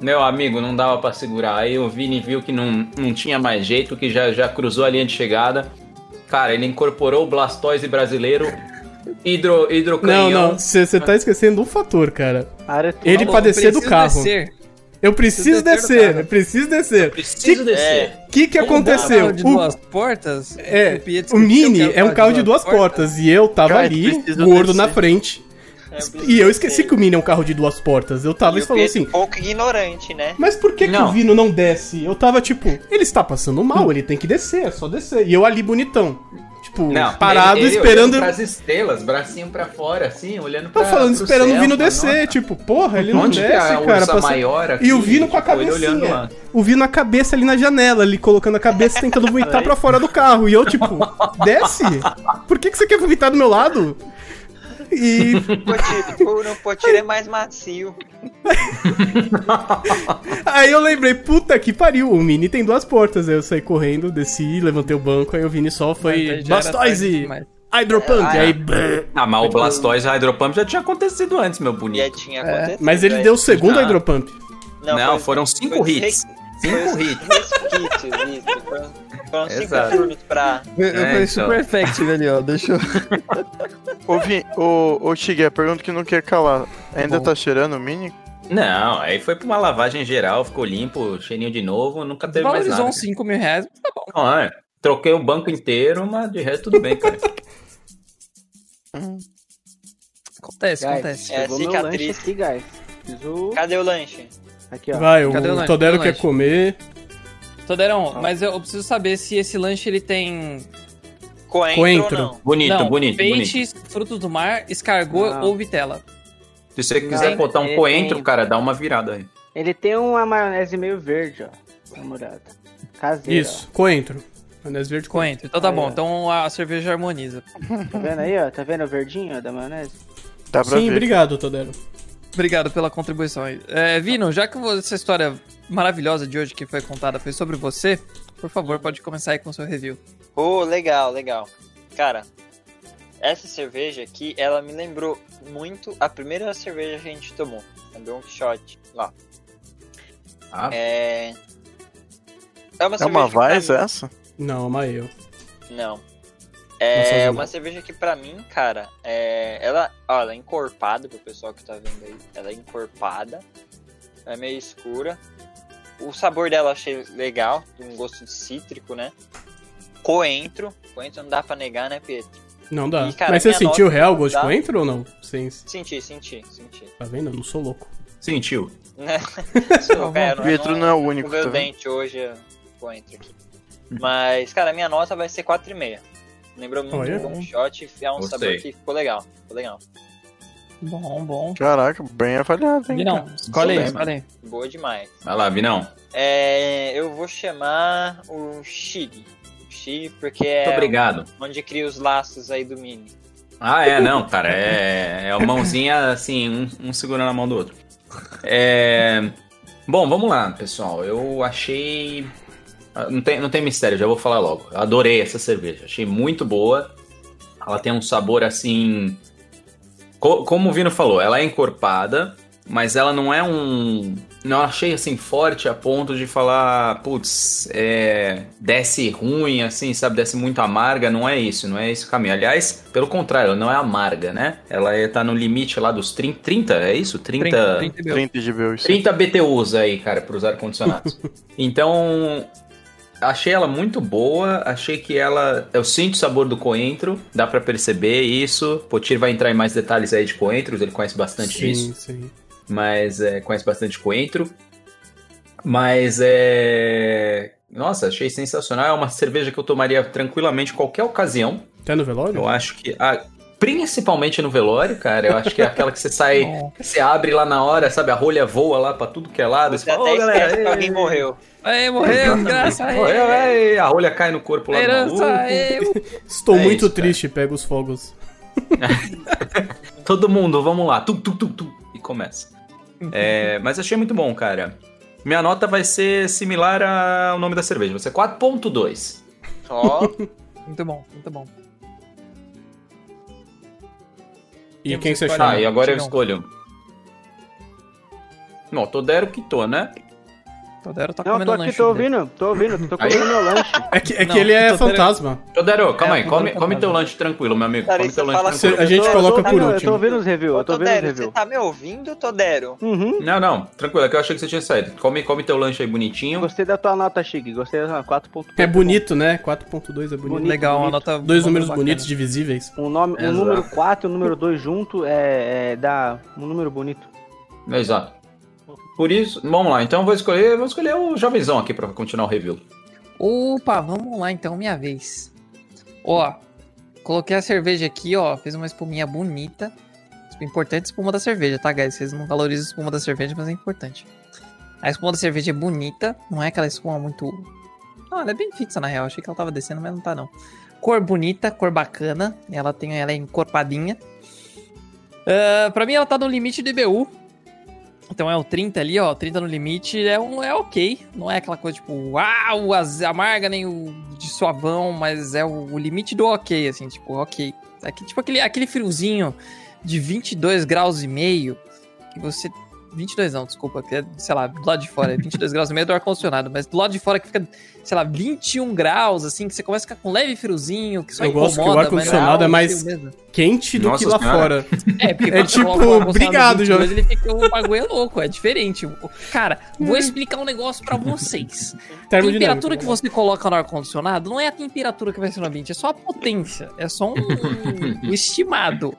Speaker 4: meu amigo, não dava pra segurar. Aí o Vini viu que não, não tinha mais jeito, que já, já cruzou a linha de chegada. Cara, ele incorporou o Blastoise brasileiro, hidro,
Speaker 3: Não,
Speaker 4: hidrocanhão.
Speaker 3: não, você tá esquecendo um fator, cara.
Speaker 5: Areto-
Speaker 3: Ele pra descer do
Speaker 1: Preciso
Speaker 3: carro.
Speaker 1: descer.
Speaker 3: Eu preciso
Speaker 1: Preciso descer do
Speaker 3: descer,
Speaker 1: carro.
Speaker 3: eu preciso descer.
Speaker 4: Preciso descer.
Speaker 3: O que que aconteceu?
Speaker 1: Um carro de
Speaker 3: O,
Speaker 1: duas portas?
Speaker 3: é,
Speaker 1: Pietro
Speaker 3: o
Speaker 1: disse, eu
Speaker 3: Mini
Speaker 1: quero
Speaker 3: é um carro de duas portas e eu tava
Speaker 6: Cara,
Speaker 3: ali,
Speaker 6: preciso
Speaker 3: gordo
Speaker 6: descer.
Speaker 3: na frente.
Speaker 2: É,
Speaker 3: E eu esqueci que o Mini é um carro de duas portas. Eu tava e
Speaker 2: o
Speaker 3: falou
Speaker 2: Pedro
Speaker 3: assim:
Speaker 2: Um pouco ignorante, né?
Speaker 3: Mas por que, que
Speaker 4: Não.
Speaker 3: o Vino não desce? Eu tava tipo, ele está passando mal, ele tem que descer, é só descer. E eu ali bonitão. Tipo,
Speaker 4: Não,
Speaker 3: parado,
Speaker 4: ele- ele
Speaker 3: esperando.
Speaker 4: olhando pras estrelas, bracinho pra fora, assim, olhando pra
Speaker 3: Tô falando,
Speaker 4: pro
Speaker 3: esperando
Speaker 4: céu,
Speaker 3: o Vino
Speaker 4: pra
Speaker 3: descer. Tipo, porra, ele
Speaker 4: nossa.
Speaker 3: não
Speaker 4: Onde
Speaker 3: desce,
Speaker 4: que é a
Speaker 3: cara.
Speaker 4: ursa
Speaker 3: passa-
Speaker 4: maior aqui?
Speaker 3: E o Vino com a
Speaker 4: Tipo, ele
Speaker 3: cabecinha.
Speaker 4: olhando lá.
Speaker 3: O Vino a cabeça ali na janela, ali, colocando a cabeça, tentando vomitar pra fora do carro. E eu, tipo, desce? Por que, que você quer vomitar do meu lado? E
Speaker 2: Potiro, no Potiro é mais macio.
Speaker 3: aí eu lembrei, puta que pariu, o Mini tem duas portas. Aí eu saí correndo, desci, levantei o banco, aí o Vini só foi.
Speaker 1: Mas Então, já era tarde
Speaker 3: Blastoise!
Speaker 1: demais.
Speaker 3: Hydropump!
Speaker 2: Ah, é.
Speaker 3: aí. brrr.
Speaker 4: Ah, mas o Blastoise Hydropump já tinha acontecido antes, meu
Speaker 2: Já
Speaker 4: bonito.
Speaker 2: tinha
Speaker 1: É,
Speaker 2: acontecido.
Speaker 3: Mas ele
Speaker 2: velho.
Speaker 3: deu o segundo
Speaker 4: Ah.
Speaker 3: Hydropump.
Speaker 4: Não,
Speaker 2: foi-
Speaker 4: foram cinco
Speaker 2: foi
Speaker 4: hits.
Speaker 2: seis-
Speaker 4: Cinco
Speaker 2: foi-
Speaker 4: hits.
Speaker 2: seis hits, isso. Foram, foram cinco
Speaker 4: Exato.
Speaker 2: turnos pra.
Speaker 1: Eu, eu
Speaker 4: É,
Speaker 1: fui
Speaker 4: então.
Speaker 1: super effective ali, ó. Deixa eu.
Speaker 6: Ô, Vi, ô, ô Shigue, a pergunta que não quer calar. Ainda
Speaker 3: Bom.
Speaker 6: tá cheirando o mini?
Speaker 4: Não, aí foi pra uma lavagem geral, ficou limpo, cheirinho de novo, nunca teve mais
Speaker 1: Valorizou
Speaker 4: nada.
Speaker 1: uns 5 mil reais. Tá bom.
Speaker 4: Não, é. Troquei o banco inteiro, mas de resto tudo bem, cara.
Speaker 1: Acontece,
Speaker 5: Guys,
Speaker 1: acontece.
Speaker 2: É,
Speaker 5: Chegou meu lanche
Speaker 2: cicatriz.
Speaker 5: aqui, guys. Preciso...
Speaker 2: Cadê o lanche?
Speaker 5: Aqui, ó.
Speaker 3: Vai, o,
Speaker 1: Cadê o lanche?
Speaker 3: Todero
Speaker 1: Cadê o
Speaker 3: quer
Speaker 1: lanche?
Speaker 3: comer.
Speaker 1: Toderão, mas eu eu preciso saber se esse lanche ele tem
Speaker 2: Coentro,
Speaker 3: Coentro.
Speaker 2: ou não?
Speaker 4: Bonito,
Speaker 1: não,
Speaker 4: bonito, bonito.
Speaker 1: peixes, frutos do mar, escargot
Speaker 5: Não.
Speaker 1: ou vitela.
Speaker 4: Se você quiser
Speaker 5: Não,
Speaker 4: botar um
Speaker 5: tem-
Speaker 4: coentro,
Speaker 5: tem-
Speaker 4: cara, dá uma virada aí.
Speaker 5: Ele tem uma maionese meio verde, ó. Namorada. Caseira.
Speaker 3: Isso, coentro. Manés verde coentro.
Speaker 1: Coentro. Então tá
Speaker 5: Ah,
Speaker 1: bom,
Speaker 5: é.
Speaker 1: então a cerveja harmoniza.
Speaker 5: ó. Tá vendo aí, ó? Tá vendo o verdinho ó, da maionese?
Speaker 6: Dá pra
Speaker 3: Sim,
Speaker 6: ver.
Speaker 3: obrigado, Todero.
Speaker 1: Obrigado pela contribuição aí. É, Vino, já que vo- essa história maravilhosa de hoje que foi contada foi sobre você, por favor, pode começar aí com o seu review.
Speaker 2: Oh, legal, legal. Cara, essa cerveja aqui, ela me lembrou muito a primeira cerveja que a
Speaker 4: É.
Speaker 2: gente tomou. Deu um shot lá.
Speaker 4: Ah,
Speaker 2: É. É uma
Speaker 6: É uma
Speaker 2: cerveja que pra
Speaker 6: Vaz
Speaker 2: mim-
Speaker 6: essa?
Speaker 3: Não, mas eu.
Speaker 2: Não.
Speaker 3: Nossa,
Speaker 2: É
Speaker 3: Zé.
Speaker 2: uma cerveja que pra mim, cara, é... ela, ó, ela é encorpada pro pessoal que tá vendo aí. Ela é encorpada. Ela é meio escura. O sabor dela eu achei legal, tem um gosto de cítrico, né? Coentro. Coentro não dá pra negar, né, Pietro?
Speaker 3: Não dá.
Speaker 2: Ih, cara,
Speaker 3: mas você
Speaker 2: minha
Speaker 3: sentiu
Speaker 2: nota
Speaker 3: real o gosto de
Speaker 2: dá.
Speaker 3: coentro ou não? Sim,
Speaker 2: Senti, senti, senti.
Speaker 3: tá vendo? Eu não sou louco.
Speaker 4: Sentiu.
Speaker 2: Né? Sou, cara,
Speaker 6: O Pietro não é o único,
Speaker 2: O meu
Speaker 6: tá vendo? Hum.
Speaker 2: dente hoje é coentro aqui. Mas, cara, minha nota vai ser 4,5. Lembrou muito
Speaker 3: Olha.
Speaker 2: um shot e é um
Speaker 4: Gostei.
Speaker 2: sabor que ficou legal. Ficou legal.
Speaker 1: Bom, bom.
Speaker 6: Caraca, bem avaliado, hein?
Speaker 1: Não,
Speaker 6: cara?
Speaker 1: escolhe aí,
Speaker 4: Tudo bem,
Speaker 1: escolhe aí.
Speaker 2: Boa demais.
Speaker 4: Vai lá, Vinão.
Speaker 2: É, eu vou chamar o Shig. O Shig, porque
Speaker 4: Muito
Speaker 2: é
Speaker 4: obrigado.
Speaker 2: onde cria os laços aí do Mini.
Speaker 4: Ah, é, não, cara. É, é uma mãozinha assim, um, um segurando a mão do outro. É, bom, vamos lá, pessoal. Eu achei. ah, Não tem, não tem mistério, já vou falar logo. Eu Adorei essa cerveja. Achei muito boa. Ela tem um sabor assim. co- como o Vino falou, ela é encorpada, mas ela não é um. Não achei assim forte a ponto de falar, putz, é, desce ruim, assim, sabe? Desce muito amarga. Não é isso, não é esse o caminho. Aliás, pelo contrário, ela não é amarga, né? Ela é, tá no limite lá dos 30, 30 é isso? 30,
Speaker 1: 30, 30 mil.
Speaker 6: 30 de Beus.
Speaker 4: 30 BTUs aí, cara, para os ar-condicionados. então, achei ela muito boa. Achei que ela. Eu sinto o sabor do coentro, dá pra perceber isso. Potir vai entrar em mais detalhes aí de coentros, ele conhece bastante
Speaker 3: sim,
Speaker 4: disso,
Speaker 3: sim.
Speaker 4: mas é, conhece bastante coentro. Mas é. Nossa, achei sensacional. É uma cerveja que eu tomaria tranquilamente em qualquer ocasião.
Speaker 3: Até Tá no velório?
Speaker 4: Eu acho que. ah, principalmente no velório, cara. Eu acho que é aquela que você sai.
Speaker 1: Bom.
Speaker 4: Você abre lá na hora, sabe? A rolha voa lá pra tudo que é lado. Você
Speaker 2: Você
Speaker 4: fala,
Speaker 2: até
Speaker 4: "Ô, galera,
Speaker 2: esquece que
Speaker 4: ei,
Speaker 2: alguém morreu.
Speaker 1: Aí, morreu, graça aí.
Speaker 4: morreu, é. ei", A rolha cai no corpo lá do
Speaker 1: Herança é.
Speaker 4: maluco.
Speaker 1: aí.
Speaker 3: Estou
Speaker 4: É
Speaker 3: muito
Speaker 4: isso, cara.
Speaker 3: triste, pega os fogos.
Speaker 4: Todo mundo, vamos lá. Tu, tu, tu, tu, e começa. É, mas achei muito bom, cara. Minha nota vai ser similar ao nome da cerveja. Vai ser 4.2.
Speaker 2: Só.
Speaker 1: Muito bom, muito bom.
Speaker 3: E
Speaker 1: Quem
Speaker 3: quem,
Speaker 1: você
Speaker 3: você
Speaker 1: escolhe?
Speaker 3: chama?
Speaker 4: Ah, e agora eu
Speaker 1: Tirão.
Speaker 4: escolho. Não, tô dero que tô, né?
Speaker 1: Todero tá
Speaker 5: Não,
Speaker 1: comendo
Speaker 5: tô
Speaker 1: o
Speaker 5: aqui,
Speaker 1: lanche
Speaker 3: né?
Speaker 5: tô
Speaker 1: dele.
Speaker 5: ouvindo, tô ouvindo, tô
Speaker 4: Aí.
Speaker 5: comendo meu lanche.
Speaker 3: É que, é que
Speaker 1: Não,
Speaker 3: ele é
Speaker 1: eu tô-
Speaker 3: fantasma.
Speaker 4: Todero, calma aí,
Speaker 1: É,
Speaker 4: come,
Speaker 1: tô
Speaker 4: come
Speaker 1: dero.
Speaker 4: teu lanche tranquilo, meu amigo.
Speaker 2: tá
Speaker 3: é
Speaker 2: Cara,
Speaker 4: Come
Speaker 2: isso
Speaker 4: teu lanche
Speaker 2: fala
Speaker 4: tranquilo.
Speaker 3: Cê- a gente
Speaker 5: Eu tô-
Speaker 3: coloca
Speaker 5: eu tô-
Speaker 3: por um.
Speaker 5: eu
Speaker 3: último.
Speaker 5: tô ouvindo os reviews,
Speaker 2: Ô,
Speaker 5: eu tô ouvindo os
Speaker 2: Todero, você
Speaker 5: reviews.
Speaker 2: tá me ouvindo, Todero?
Speaker 5: Uhum.
Speaker 4: Não, não, tranquilo, é que eu achei que você tinha saído. Come, come teu lanche aí bonitinho.
Speaker 5: Gostei da tua nota, Chig. Gostei da tua 4.2.
Speaker 3: um É bonito, né? 4.2 é bonito.
Speaker 5: Bonito.
Speaker 1: Legal, uma nota.
Speaker 3: Dois
Speaker 1: uma
Speaker 3: números
Speaker 1: nota
Speaker 3: bonitos,
Speaker 1: bacana.
Speaker 3: divisíveis.
Speaker 5: Um, nome, um
Speaker 4: Exato.
Speaker 5: número 4 e um número 2 junto é, é, dá um número bonito.
Speaker 4: Exato. Por isso, vamos lá, então eu vou escolher, vou escolher o jovenzão aqui pra continuar o review.
Speaker 1: Opa, vamos lá então, minha vez. Ó, coloquei a cerveja aqui, ó, fiz uma espuminha bonita. Importante espuma da cerveja, tá, guys? Vocês não valorizam a espuma da cerveja, mas é importante. A espuma da cerveja é bonita, não é aquela espuma muito. Ah, ela é bem fixa na real, achei que ela tava descendo, mas não tá não. Cor bonita, cor bacana, ela tem, ela é encorpadinha. Ah, pra mim ela tá no limite do IBU, então é o 30 ali, ó. 30 no limite é, um, é ok. Não é aquela coisa tipo, uau, az- amarga nem o de suavão, mas é o, o limite do ok, assim, tipo, ok. Aqui, tipo aquele, aquele friozinho de 22 graus e meio que você. 22 não, desculpa, que é, sei lá, do lado de fora, é 22 graus e meio do ar-condicionado, mas do lado de fora que fica, sei lá, 21 graus, assim, que você começa a ficar com um leve friozinho, que só
Speaker 3: Eu gosto que o
Speaker 1: incomoda, mas não
Speaker 3: ar-condicionado é
Speaker 1: frio
Speaker 3: mais-
Speaker 1: mesmo.
Speaker 3: Quente do
Speaker 4: Nossa
Speaker 3: que lá
Speaker 4: senhora.
Speaker 3: fora.
Speaker 1: É, porque
Speaker 3: É
Speaker 1: quando você
Speaker 3: tipo,
Speaker 1: coloca uma bolsa
Speaker 3: obrigado,
Speaker 1: no 22,
Speaker 3: Jorge.
Speaker 1: Ele fica, o bagulho é louco, é diferente. O- Cara,
Speaker 3: É.
Speaker 1: vou explicar um negócio pra vocês. A temperatura que você coloca no ar-condicionado não é a temperatura que vai ser no ambiente, é só a potência. É só um, um estimado.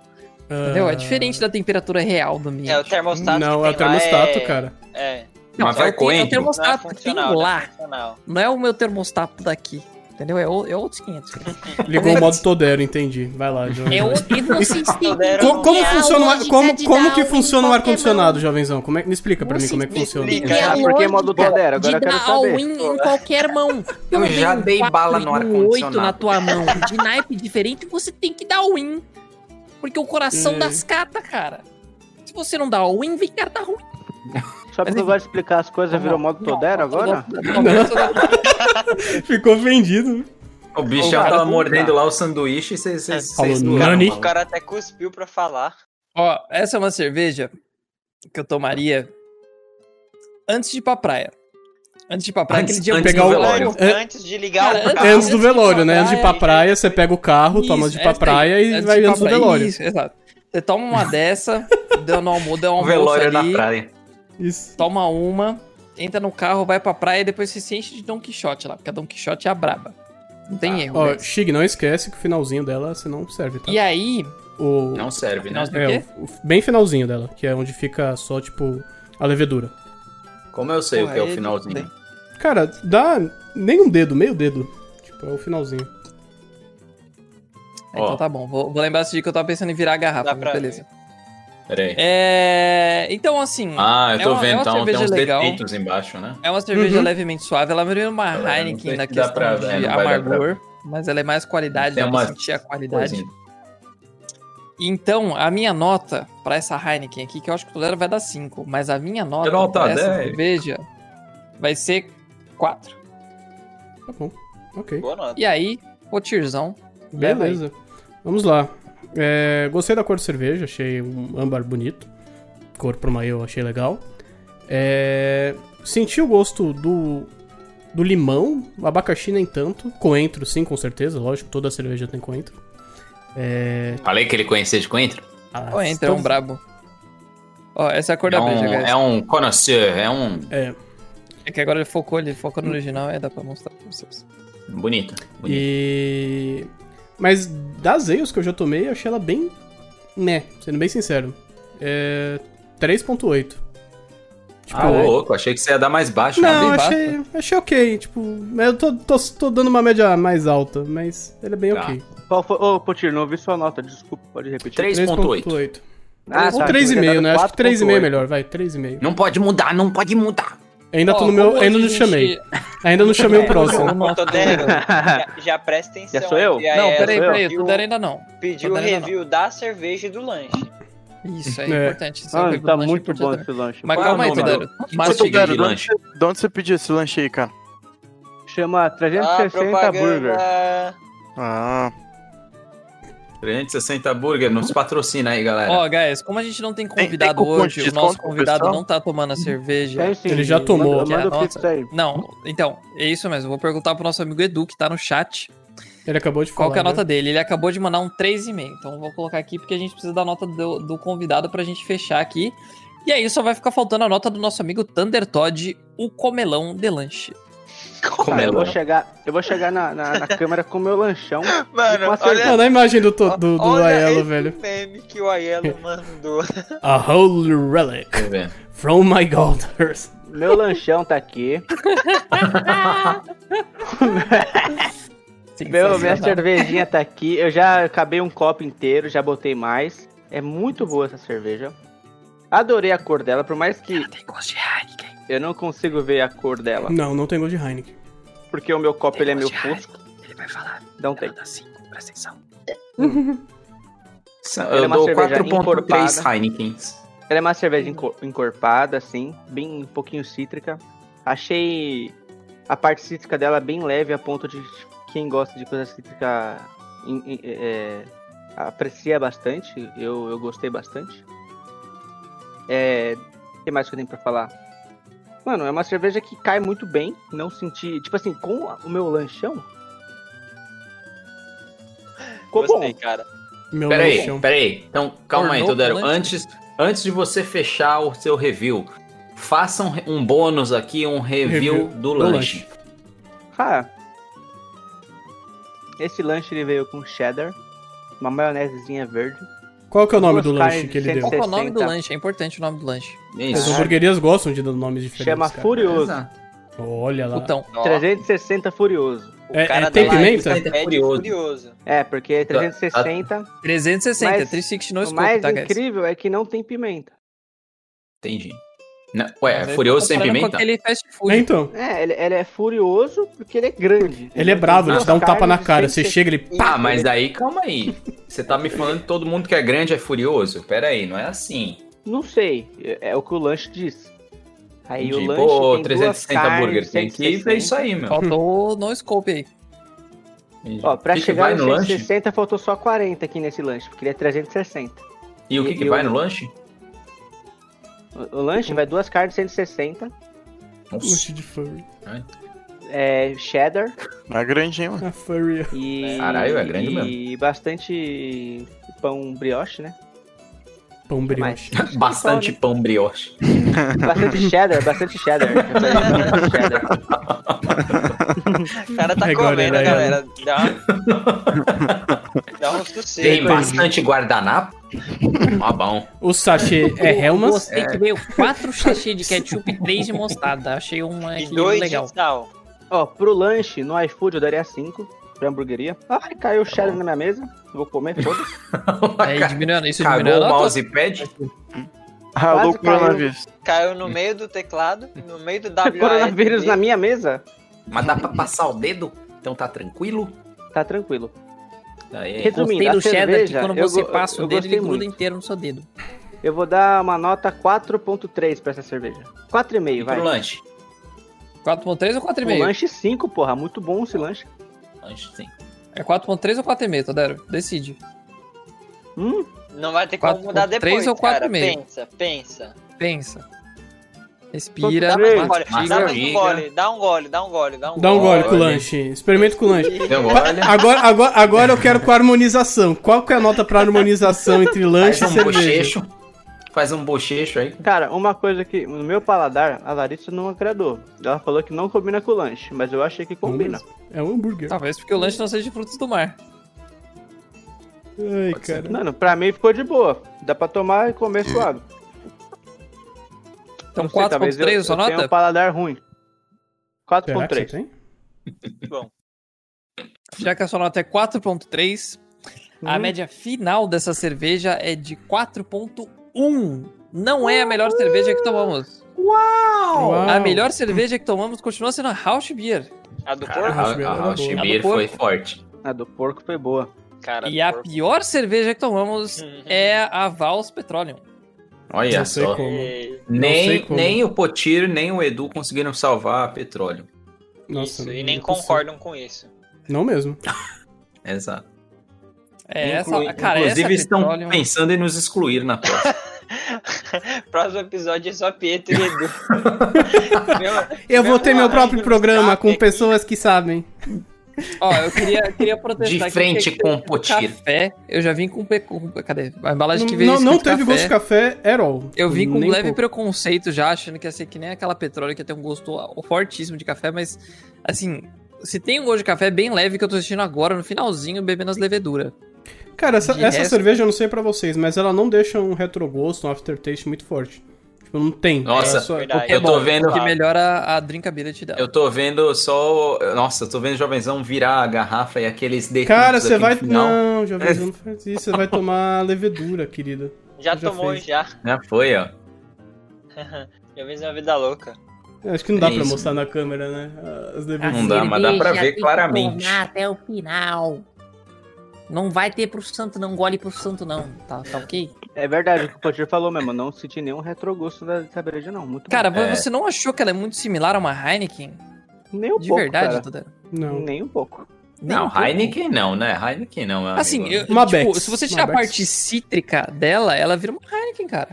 Speaker 1: Entendeu? É diferente da temperatura real do ambiente.
Speaker 2: É o termostato.
Speaker 3: Ah, Não,
Speaker 2: que
Speaker 3: é o
Speaker 2: tem lá
Speaker 3: termostato, cara.
Speaker 2: É.
Speaker 1: Não,
Speaker 4: Mas
Speaker 1: é o
Speaker 4: vai
Speaker 1: te- É o
Speaker 4: coentro.
Speaker 2: Não é
Speaker 1: termostato que tem
Speaker 2: funcional. não é
Speaker 1: lá.
Speaker 2: funcional.
Speaker 1: Não é o meu termostato daqui. Entendeu? É, o, é outros 500. cara.
Speaker 3: Ligou o modo Todero, entendi. Vai lá, Jovem.
Speaker 1: É outro que vocês têm.
Speaker 2: Todero
Speaker 3: Co- Como,
Speaker 2: não-
Speaker 3: funciona o ar-
Speaker 7: lógica
Speaker 3: como,
Speaker 7: de
Speaker 3: como
Speaker 7: dar
Speaker 3: que
Speaker 7: um
Speaker 3: funciona o
Speaker 7: em
Speaker 3: ar-condicionado, jovenzão? Como é, me explica pra mim
Speaker 1: Vocês
Speaker 3: como é que
Speaker 1: me
Speaker 3: funciona.
Speaker 1: explicam.
Speaker 5: Quero saber por que modo
Speaker 1: lógica
Speaker 5: Todero, agora
Speaker 1: de
Speaker 5: eu quero
Speaker 1: dar
Speaker 5: saber.
Speaker 1: all-in em qualquer mão. Pelo
Speaker 4: já
Speaker 1: menos
Speaker 4: dei
Speaker 1: quatro
Speaker 4: bala no
Speaker 1: e um
Speaker 4: ar-condicionado.
Speaker 1: oito na tua mão. De naipe diferente, você tem que dar all-in. Porque o coração
Speaker 3: Hum.
Speaker 1: das cata, cara. Se você não dá all-in, vem cara, tá ruim.
Speaker 5: Só porque
Speaker 1: enfim.
Speaker 5: eu gosto de explicar as coisas, virou modo Todero agora?
Speaker 3: Ficou ofendido.
Speaker 4: O bichão
Speaker 1: Ô, cara,
Speaker 4: tava
Speaker 1: tu-
Speaker 4: mordendo lá o sanduíche e vocês. vocês-
Speaker 3: É. Falou,
Speaker 4: vocês zoaram,
Speaker 3: Nani.
Speaker 2: O
Speaker 4: maluco.
Speaker 2: cara até cuspiu pra falar.
Speaker 1: Ó, essa é uma cerveja que eu tomaria antes de ir pra praia. Antes de ir pra praia,
Speaker 4: Antes-
Speaker 1: aquele dia eu
Speaker 4: antes
Speaker 1: peguei um
Speaker 4: do
Speaker 1: o
Speaker 4: velório.
Speaker 1: velório.
Speaker 2: Antes, antes de ligar
Speaker 1: Cara,
Speaker 2: o
Speaker 1: antes-
Speaker 2: carro.
Speaker 3: É antes do velório, né?
Speaker 1: praia, é.
Speaker 3: Antes de ir pra praia, você pega o carro, toma antes de ir
Speaker 1: Isso,
Speaker 3: pra
Speaker 1: essa daí.
Speaker 3: praia e
Speaker 1: Antes
Speaker 3: vai
Speaker 1: de ir pra
Speaker 3: antes do
Speaker 1: praia.
Speaker 3: velório.
Speaker 1: Isso, exato. Você toma uma dessa, deu no almoço, deu um
Speaker 4: O
Speaker 1: almoço
Speaker 4: é velório
Speaker 1: ali,
Speaker 4: na praia.
Speaker 3: Isso.
Speaker 1: toma uma, entra no carro, vai pra praia e depois você se enche de Don Quixote lá, porque a Don Quixote é a braba. Não
Speaker 4: Ah,
Speaker 1: tem erro.
Speaker 3: Ó,
Speaker 1: velho.
Speaker 3: Shig, não esquece que o finalzinho dela você não serve, tá?
Speaker 1: E aí,
Speaker 3: O,
Speaker 4: Não serve, né?
Speaker 1: Nossa, do
Speaker 3: é,
Speaker 1: quê?
Speaker 3: o- o- bem finalzinho dela, que é onde fica só, tipo, a levedura.
Speaker 4: Como eu sei o que é o
Speaker 1: Porra, aí,
Speaker 4: finalzinho?
Speaker 3: Cara, dá nem um dedo, meio dedo. Tipo, é o finalzinho.
Speaker 1: Ah, Então
Speaker 4: Ó.
Speaker 1: tá bom, vou, vou lembrar esse dia que eu tava pensando em virar a garrafa,
Speaker 2: Dá
Speaker 1: mas
Speaker 2: pra
Speaker 1: beleza.
Speaker 4: Pera aí.
Speaker 1: É, Então, assim,
Speaker 4: Ah, eu
Speaker 1: É
Speaker 4: tô
Speaker 1: uma- é
Speaker 4: vendo,
Speaker 1: uma
Speaker 4: então tem
Speaker 1: cerveja
Speaker 4: uns
Speaker 1: legal.
Speaker 4: defeitos embaixo, né?
Speaker 1: é uma cerveja
Speaker 3: Uhum.
Speaker 1: levemente suave, ela me lembra uma
Speaker 4: Galera, É, não sei
Speaker 1: Heineken
Speaker 4: se
Speaker 1: na
Speaker 4: dá pra-
Speaker 1: questão
Speaker 4: é,
Speaker 1: de
Speaker 4: não vai dar
Speaker 1: amargor, mas ela é mais qualidade,
Speaker 4: Tem
Speaker 1: dá pra
Speaker 4: uma
Speaker 1: sentir a qualidade.
Speaker 4: Coisinha.
Speaker 1: Então, a minha nota pra essa Heineken aqui, que eu acho que o Tolera vai dar 5, mas a minha nota
Speaker 4: Eu nota
Speaker 1: pra essa
Speaker 4: 10.
Speaker 1: cerveja vai ser 4.
Speaker 3: Tá bom. Ok.
Speaker 2: Boa nota.
Speaker 1: E aí, o tirzão. leva aí.
Speaker 3: Beleza. Vamos lá. É, gostei da cor da cerveja, achei um âmbar bonito. Cor pro eu achei legal. É, senti o gosto do, do limão, abacaxi nem tanto. Coentro, sim, com certeza. Lógico, toda cerveja tem coentro.
Speaker 4: Falei que ele conhecia de coentro?
Speaker 3: Ah,
Speaker 1: Ó, entra, é um brabo. Ó, essa é a cor
Speaker 4: é
Speaker 1: da
Speaker 4: um,
Speaker 1: breja, guys.
Speaker 4: é um connoisseur, é um
Speaker 1: É que agora ele focou, ele focou no original, é, dá pra mostrar pra vocês.
Speaker 4: bonito. bonito.
Speaker 3: E... Mas das ales que eu já tomei, eu achei ela bem... Né, sendo bem sincero. É... 3.8. Tipo,
Speaker 4: ah, ô, louco, achei que você ia dar mais baixo. né?
Speaker 3: Não,
Speaker 1: bem
Speaker 3: achei, achei ok. Tipo, eu tô, tô, tô dando uma média mais alta, mas ele é bem
Speaker 4: Tá.
Speaker 3: ok.
Speaker 5: Qual foi? Ô, Potir, não ouvi sua nota, desculpa, pode repetir.
Speaker 4: 3.8.
Speaker 5: Ah,
Speaker 3: Ou
Speaker 5: tá,
Speaker 3: 3,5, né? Acho que 3,5 é
Speaker 5: 4.8.
Speaker 3: melhor, vai, 3,5.
Speaker 4: Não pode mudar, não pode mudar.
Speaker 3: Ainda tô
Speaker 1: Ó,
Speaker 3: no meu.
Speaker 1: como
Speaker 3: Ainda não
Speaker 1: hoje a
Speaker 3: chamei.
Speaker 1: gente-
Speaker 3: Ainda não chamei o
Speaker 1: É,
Speaker 3: próximo.
Speaker 1: hoje-
Speaker 2: Ô, Todero, já, já presta atenção.
Speaker 5: Já sou eu?
Speaker 2: aqui, aí é
Speaker 1: Não,
Speaker 2: ela
Speaker 1: peraí,
Speaker 5: sou eu.
Speaker 1: peraí, o
Speaker 2: pediu-
Speaker 1: Todera ainda não.
Speaker 2: Pediu o
Speaker 1: Tô dando,
Speaker 2: review da cerveja e do lanche.
Speaker 1: Isso, é,
Speaker 3: É.
Speaker 1: importante. isso é
Speaker 5: Ah,
Speaker 1: coisa do
Speaker 5: tá
Speaker 1: lanche, é
Speaker 5: muito
Speaker 1: importante
Speaker 5: bom
Speaker 1: também.
Speaker 5: esse lanche.
Speaker 1: Mas
Speaker 4: Qual é o
Speaker 1: calma aí,
Speaker 4: nome
Speaker 1: Todero.
Speaker 4: Mas
Speaker 1: Mastiga
Speaker 4: de
Speaker 1: aí.
Speaker 4: lanche.
Speaker 6: De onde você pediu esse lanche aí, cara?
Speaker 5: Chama
Speaker 2: Ah,
Speaker 5: 360 Burger.
Speaker 2: propaganda.
Speaker 6: Ah,
Speaker 4: 360 Burger, nos patrocina aí, galera.
Speaker 1: Ó, guys, como a gente não tem
Speaker 6: tem
Speaker 1: convidado
Speaker 6: cupom de
Speaker 1: hoje, o
Speaker 6: desconto
Speaker 1: nosso
Speaker 6: pro
Speaker 1: convidado
Speaker 6: pessoal?
Speaker 1: não tá tomando a cerveja.
Speaker 5: Tem sim,
Speaker 3: Ele já tomou.
Speaker 5: Manda, manda o
Speaker 1: Nossa.
Speaker 5: Pix aí.
Speaker 1: Não, então, é isso mesmo. Vou perguntar pro nosso amigo Edu, que tá no chat,
Speaker 3: Ele acabou de falar.
Speaker 1: qual que é a
Speaker 3: né?
Speaker 1: nota dele. Ele acabou de mandar um 3,5. Então eu vou colocar aqui porque a gente precisa da nota do, do convidado pra gente fechar aqui. E aí só vai ficar faltando a nota do nosso amigo Thunder Todd, o comelão de lanche.
Speaker 4: Como
Speaker 5: Tá,
Speaker 4: é
Speaker 5: eu, vou
Speaker 4: louco.
Speaker 5: chegar, eu vou chegar na, na, na câmera com o meu lanchão.
Speaker 2: Mano,
Speaker 5: Com a
Speaker 2: olha,
Speaker 3: Mano, a né? imagem do, to- do, do
Speaker 2: olha
Speaker 3: Aiello,
Speaker 2: esse
Speaker 3: velho.
Speaker 2: meme que o Aiello mandou.
Speaker 3: A holy relic
Speaker 4: Deixa eu ver.
Speaker 3: from my god earth.
Speaker 5: Meu lanchão tá aqui. Meu, minha cervejinha tá aqui. Eu já acabei um copo inteiro, já botei mais. É muito boa essa cerveja. Adorei a cor dela, por mais que
Speaker 1: Tem gosto de Heineken.
Speaker 5: eu não consigo ver a cor dela,
Speaker 3: Não, não tem gol de Heineken.
Speaker 5: porque o meu copo ele é meu fusco.
Speaker 1: Ele vai falar.
Speaker 5: Não tem.
Speaker 1: presta atenção.
Speaker 4: Eu
Speaker 5: é uma
Speaker 4: dou
Speaker 5: cerveja
Speaker 4: 4.3
Speaker 5: encorpada.
Speaker 4: Heineken.
Speaker 5: Ela é uma cerveja enco- encorpada, assim, bem um pouquinho cítrica. Achei a parte cítrica dela bem leve, a ponto de quem gosta de coisa cítrica em- em- é, aprecia bastante. Eu, eu gostei bastante. É, o que mais que eu tenho pra falar? Mano, é uma cerveja que cai muito bem. Não senti. Tipo assim, com a- o meu lanchão. Ficou
Speaker 2: Gostei,
Speaker 5: bom.
Speaker 2: cara.
Speaker 3: Meu
Speaker 4: Peraí,
Speaker 3: lanchão.
Speaker 4: peraí. Então, calma aí,
Speaker 1: Ornou
Speaker 4: Todero.
Speaker 1: com lanche.
Speaker 4: Antes, antes de você fechar o seu review, faça um, um bônus aqui, um review,
Speaker 3: Review
Speaker 4: do, lanche.
Speaker 5: Ah. Esse lanche ele veio com cheddar, uma maionesezinha verde.
Speaker 3: Qual que é o nome do
Speaker 5: Duas
Speaker 3: lanche que ele deu?
Speaker 1: Qual que é o nome do
Speaker 5: 60.
Speaker 1: lanche? É importante o nome do lanche.
Speaker 3: As
Speaker 4: É Isso.
Speaker 3: hamburguerias gostam de dar nomes diferentes.
Speaker 5: Chama
Speaker 3: cara.
Speaker 5: Furioso.
Speaker 4: Exato.
Speaker 3: Olha lá.
Speaker 1: Putão.
Speaker 2: Ó,
Speaker 5: 360 Furioso.
Speaker 2: o
Speaker 3: É-
Speaker 2: cara
Speaker 3: é tem
Speaker 2: da live
Speaker 3: pimenta?
Speaker 2: pede
Speaker 4: Furioso.
Speaker 2: furioso.
Speaker 5: É, porque é 360.
Speaker 1: 360,
Speaker 5: Mas
Speaker 1: 360
Speaker 5: o
Speaker 1: no
Speaker 5: mais
Speaker 1: tá, guys?
Speaker 5: incrível é que não tem pimenta.
Speaker 4: Entendi. Não, ué, é
Speaker 1: Mas aí
Speaker 4: Furioso
Speaker 1: tá
Speaker 4: sem
Speaker 1: comparando com
Speaker 4: pimenta?
Speaker 1: aquele fast food.
Speaker 3: É, então.
Speaker 5: É, ele, ele é furioso porque ele é grande.
Speaker 3: Ele é bravo, ele te dá um tapa na cara. Você
Speaker 5: Você
Speaker 3: chega, ele
Speaker 4: Tá, mas aí, calma aí. Você tá me falando que todo mundo que é grande é furioso? Pera aí, não é assim.
Speaker 5: Não sei, é, é o que o lanche diz. Aí o
Speaker 4: Entendi.
Speaker 5: lanche
Speaker 4: Pô,
Speaker 5: tem
Speaker 4: 360
Speaker 5: duas carnes,
Speaker 4: hambúrguer, tem que ver
Speaker 5: 160.
Speaker 4: isso aí, meu.
Speaker 1: Faltou no scope aí.
Speaker 4: Entendi.
Speaker 5: Ó, pra
Speaker 4: o que que
Speaker 5: chegar
Speaker 4: vai
Speaker 5: no
Speaker 4: no lanche?
Speaker 5: 160 faltou só 40 aqui nesse lanche, porque ele é 360.
Speaker 4: E o que, que
Speaker 5: eu-
Speaker 4: vai no lanche?
Speaker 5: O, o lanche vai duas carnes 160,
Speaker 4: Nossa.
Speaker 3: Lanche de furry.
Speaker 5: É, cheddar
Speaker 6: Não é grandinho, mano.
Speaker 3: A Ah, furry.
Speaker 5: e.
Speaker 4: Caralho, é grande
Speaker 5: E bastante pão brioche, né?
Speaker 3: Pão brioche.
Speaker 4: Bastante pão
Speaker 5: né?
Speaker 4: brioche.
Speaker 5: Bastante cheddar, bastante cheddar. Eu falei, bastante cheddar.
Speaker 2: O cara tá
Speaker 3: Agora né,
Speaker 2: comendo,
Speaker 3: era
Speaker 2: galera. Dá, dá um
Speaker 4: Tem
Speaker 2: sossego.
Speaker 4: bastante guardanapo? Tá bom.
Speaker 3: O sachê é Helmas.
Speaker 1: Gostei que veio quatro sachês de ketchup e três de mostarda. Achei um
Speaker 2: E
Speaker 1: equilíbrio
Speaker 2: dois
Speaker 1: legal.
Speaker 2: de sal.
Speaker 5: Ó, pro lanche no iFood eu daria 5 pra hamburgueria. Ai, caiu o cheddar na minha mesa. Vou comer, foda-se.
Speaker 3: É,
Speaker 1: Aí É, diminuindo, isso
Speaker 4: Cagou
Speaker 1: diminuindo
Speaker 4: o
Speaker 1: a nota.
Speaker 4: mousepad?
Speaker 6: Ah,
Speaker 5: Quase
Speaker 6: louco
Speaker 5: caiu.
Speaker 6: coronavírus.
Speaker 2: Caiu no meio do teclado, no meio do WASD.
Speaker 5: Coronavírus na minha mesa?
Speaker 4: Mas dá pra passar o dedo? Então tá tranquilo?
Speaker 5: Tá tranquilo.
Speaker 4: Aí.
Speaker 5: Resumindo,
Speaker 1: Gostei
Speaker 5: a
Speaker 1: do cheddar que
Speaker 5: cerveja,
Speaker 1: quando
Speaker 5: eu,
Speaker 1: você
Speaker 5: go-
Speaker 1: passa
Speaker 5: eu
Speaker 1: o dedo, ele
Speaker 5: gostei
Speaker 1: gruda
Speaker 5: muito.
Speaker 1: inteiro no seu dedo.
Speaker 5: Eu vou dar uma nota 4.3 pra essa cerveja. 4,5,
Speaker 4: E pro
Speaker 5: vai.
Speaker 4: lanche?
Speaker 1: 4.3 ou
Speaker 5: O
Speaker 1: 4,5?
Speaker 5: lanche 5, porra. Muito bom esse lanche.
Speaker 4: Lanche, sim.
Speaker 1: É 4.3 ou 4,5, Todero? Decide.
Speaker 5: Hum,
Speaker 2: Não vai ter
Speaker 1: Quatro
Speaker 2: como mudar
Speaker 1: ponto
Speaker 2: depois,
Speaker 1: três ou quatro
Speaker 2: cara.
Speaker 1: e meio?
Speaker 2: Pensa, pensa.
Speaker 1: Pensa. Respira.
Speaker 5: Dá mais
Speaker 2: Dá um gole, dá mais
Speaker 4: Diga.
Speaker 2: um gole, dá um gole, dá um gole, dá um
Speaker 3: Dá um
Speaker 2: gole.
Speaker 3: gole com o lanche. Experimenta com o lanche.
Speaker 4: Então, olha.
Speaker 3: Agora, agora, agora eu quero com a harmonização. Qual que é a nota pra harmonização entre
Speaker 4: Faz
Speaker 3: lanche e
Speaker 4: um
Speaker 3: cerveja?
Speaker 4: bochecho. Faz um bochecho aí.
Speaker 5: Cara, uma coisa que no meu paladar, a Larissa não agradou. Ela falou que não combina com o lanche, mas eu achei que combina.
Speaker 3: É um hambúrguer.
Speaker 4: Tá,
Speaker 1: Talvez porque o lanche não seja de frutos do mar.
Speaker 3: Ai,
Speaker 4: Pode ser.
Speaker 3: cara.
Speaker 5: Mano, pra mim ficou de boa. Dá pra tomar e comer suave.
Speaker 1: Então
Speaker 5: Não sei, talvez
Speaker 1: 4.3
Speaker 5: eu-
Speaker 1: a sua
Speaker 5: eu tenha
Speaker 1: nota?
Speaker 5: um paladar ruim.
Speaker 3: Será que você
Speaker 5: 4.3.
Speaker 3: tem?
Speaker 1: Já que a sua nota é 4.3, a
Speaker 3: tá
Speaker 5: Hum.
Speaker 1: média final dessa cerveja é de 4.1. Não é a melhor cerveja que tomamos.
Speaker 3: Uau.
Speaker 1: A é melhor cerveja que tomamos continua sendo a Rausch Beer.
Speaker 2: A do
Speaker 4: Cara,
Speaker 2: porco?
Speaker 3: Rocha Beer
Speaker 4: a,
Speaker 3: era
Speaker 4: a Rocha
Speaker 3: boa.
Speaker 4: Beer
Speaker 1: A
Speaker 5: tá
Speaker 1: do
Speaker 4: foi forte.
Speaker 5: A do porco foi boa.
Speaker 2: Cara,
Speaker 1: E a
Speaker 2: do porco.
Speaker 1: pior cerveja que tomamos é a Vals Petroleum.
Speaker 4: Olha
Speaker 3: Não sei
Speaker 4: só.
Speaker 3: como.
Speaker 2: E-
Speaker 3: sei
Speaker 4: Nem,
Speaker 3: como.
Speaker 4: nem o Potiro, nem o Edu conseguiram salvar petróleo.
Speaker 3: Nossa,
Speaker 2: isso,
Speaker 3: não
Speaker 2: e nem
Speaker 3: é possível.
Speaker 2: concordam com isso.
Speaker 3: Não mesmo.
Speaker 4: Exato.
Speaker 1: É
Speaker 4: Inclui-
Speaker 1: essa, cara,
Speaker 4: Inclusive,
Speaker 1: essa é um
Speaker 4: estão
Speaker 1: Petroleum...
Speaker 4: pensando em nos excluir na próxima.
Speaker 2: Próximo episódio é só Pietro e Edu. Meu-
Speaker 3: Eu vou ter meu próprio
Speaker 4: tá
Speaker 3: programa com
Speaker 2: sabe?
Speaker 3: pessoas que sabem.
Speaker 1: Ó, eu queria, queria protestar
Speaker 4: De
Speaker 1: aqui,
Speaker 4: frente
Speaker 1: porque
Speaker 4: com o
Speaker 1: o
Speaker 4: Potiro.
Speaker 1: café, eu já vim com... pe- com- Cadê? A embalagem que veio
Speaker 3: Não, não
Speaker 1: escrito
Speaker 3: teve gosto de café at all.
Speaker 1: Eu vim com um
Speaker 3: Nem
Speaker 1: leve
Speaker 3: pouco.
Speaker 1: preconceito já, achando que ia ser que nem aquela petróleo que ia ter um gosto fortíssimo de café, mas assim, se tem um gosto de café é bem leve que eu tô assistindo agora, no finalzinho, bebendo as leveduras.
Speaker 3: Cara, essa,
Speaker 1: de
Speaker 3: essa
Speaker 1: resto-
Speaker 3: cerveja eu não sei pra vocês, mas ela não deixa um retrogosto, um aftertaste muito forte. Tipo, não tem.
Speaker 4: Nossa,
Speaker 3: É só-
Speaker 2: verdade.
Speaker 4: Eu tô vendo.
Speaker 1: Que melhora a drinkability dela.
Speaker 4: Eu tô vendo só. o- Nossa, eu tô vendo o jovenzão virar a garrafa e aqueles dedos.
Speaker 3: Cara, você vai.
Speaker 4: Não,
Speaker 3: Não, jovem, não faz isso. Você vai tomar levedura, querida.
Speaker 2: Já,
Speaker 3: Já
Speaker 2: tomou
Speaker 3: fez.
Speaker 2: já.
Speaker 4: já né? foi, ó.
Speaker 2: Já fiz uma vida louca.
Speaker 3: Acho que não dá
Speaker 4: É
Speaker 3: pra
Speaker 4: isso.
Speaker 3: mostrar na câmera, né? As leveduras.
Speaker 4: Não dá,
Speaker 5: Assim,
Speaker 4: mas dá pra ver claramente.
Speaker 1: até o final. Não vai ter pro santo não, gole pro santo não, tá, tá ok?
Speaker 5: É verdade o que o Potir falou mesmo. Não senti nenhum retrogosto da cerveja, não. Muito
Speaker 1: Cara,
Speaker 4: É.
Speaker 1: você não achou que ela é muito similar a uma Heineken?
Speaker 5: bom. Nem um
Speaker 1: De
Speaker 5: pouco,
Speaker 1: verdade,
Speaker 5: cara.
Speaker 1: Todero?
Speaker 3: Não.
Speaker 5: Nem um pouco.
Speaker 1: Nem um
Speaker 4: Não,
Speaker 1: pouco.
Speaker 4: Heineken não, né? Heineken não, meu amigo.
Speaker 1: Assim, eu-
Speaker 3: Uma
Speaker 1: tipo,
Speaker 3: Bex,
Speaker 1: se você
Speaker 3: uma
Speaker 1: tirar a
Speaker 3: Bex.
Speaker 1: parte cítrica dela, ela vira uma Heineken, cara.